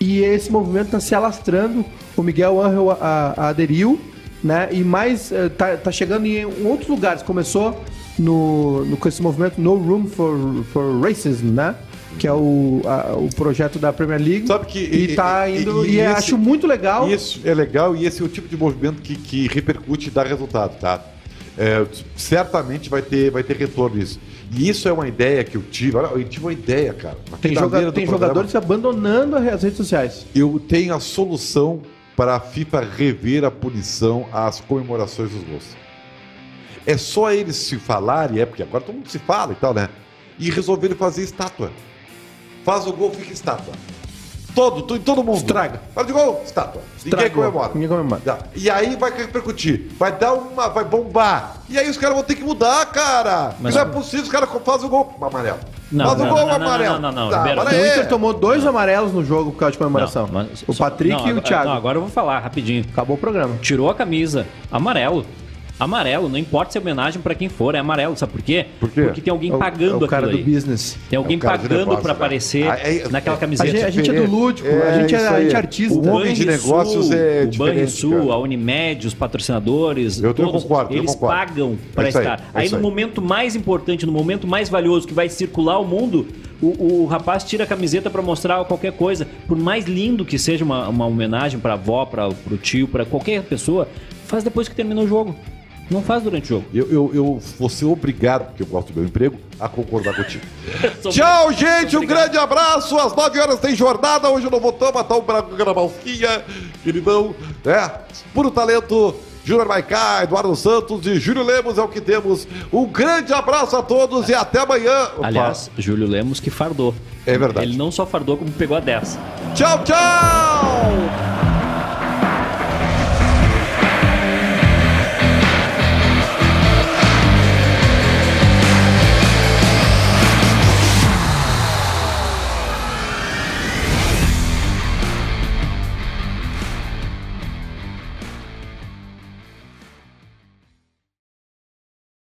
C: e esse movimento está se alastrando. O Miguel Angel a- a- aderiu, né? E mais eh, tá, tá chegando em outros lugares. Começou no, no- com esse movimento No Room for, for Racism, né? Que é o, a- o projeto da Premier League.
A: Sabe que-
C: e,
A: e-
C: tá
A: e-
C: indo.
A: e-
C: E,
A: e esse-
C: acho muito legal.
A: Isso é legal e esse é o tipo de movimento que, que repercute e dá resultado, tá? É, certamente vai ter, vai ter retorno isso. E isso é uma ideia que eu tive. Olha, eu tive uma ideia, cara. Na
C: Tem, joga-
A: quinta-feira do
C: tem
A: programa,
C: jogadores abandonando as redes sociais.
A: Eu tenho a solução para a FIFA rever a punição às comemorações dos gols. É só eles se falarem, é porque agora todo mundo se fala e tal, né? E resolveram fazer estátua. Faz o gol, fica estátua. Todo, tu- todo mundo.
C: Estraga.
A: Faz de gol, estátua.
C: Estragou.
A: Ninguém comemora.
C: Ninguém comemora.
A: Tá. E aí vai repercutir. Vai dar uma. Vai bombar. E aí os caras vão ter que mudar, cara.
B: Mas-
A: não é possível, os caras fazem o gol. Amarelo.
B: Não,
A: faz o
B: não,
A: gol,
B: não, não,
A: amarelo.
B: não, não, não, não,
A: Tá,
B: Ribeiro.
A: para
C: O
A: aí.
C: Inter tomou dois amarelos no jogo por causa de comemoração.
B: Não, mas-
C: o
B: só-
C: Patrick
B: não,
C: e o
B: agora-
C: Thiago.
B: não, agora eu vou falar rapidinho.
C: Acabou o programa.
B: Tirou a camisa, amarelo. Amarelo, não importa se é homenagem pra quem for, é amarelo, sabe por quê?
A: Por quê?
B: Porque tem alguém
C: É o-
B: pagando
C: é o cara do é
B: aquilo aí.
C: business.
B: Tem alguém
A: cara de
B: pagando
A: negócio,
B: pra
A: né?
B: aparecer
A: Ah, é-
B: naquela
C: A
B: camiseta.
C: gente, a gente é do lúdico, a gente
A: isso
C: é, a gente
A: aí.
C: é artista.
A: O homem de
B: Banrisul,
A: negócios é
B: o
A: diferente,
B: Banrisul,
A: cara.
B: a Unimed, os patrocinadores,
A: Eu tô- eu concordo, eu
B: eles
A: concordo.
B: pagam pra
A: É isso aí,
B: estar.
A: é
B: Aí,
A: isso
B: no
A: aí.
B: momento mais importante, no momento mais valioso que vai circular o mundo, o, o rapaz tira a camiseta pra mostrar qualquer coisa. Por mais lindo que seja uma, uma homenagem pra avó, pra, pro tio, pra qualquer pessoa, faz depois que termina o jogo. Não faz durante o jogo.
A: Eu, eu, eu vou ser obrigado, porque eu gosto do meu emprego, a concordar
B: (laughs)
A: contigo.
B: Sobre-
A: Tchau, gente. Um
B: Obrigado.
A: grande abraço. Às 9 horas tem jornada. Hoje eu não vou tomar, tá um branco gramalzinha, queridão. É, puro talento. Júnior Maicá, Eduardo Santos e Júlio Lemos é o que temos. Um grande abraço a todos e até amanhã. Opa.
B: Aliás, Júlio Lemos que fardou.
A: É verdade.
B: Ele não só fardou, como pegou a 10.
A: tchau, tchau!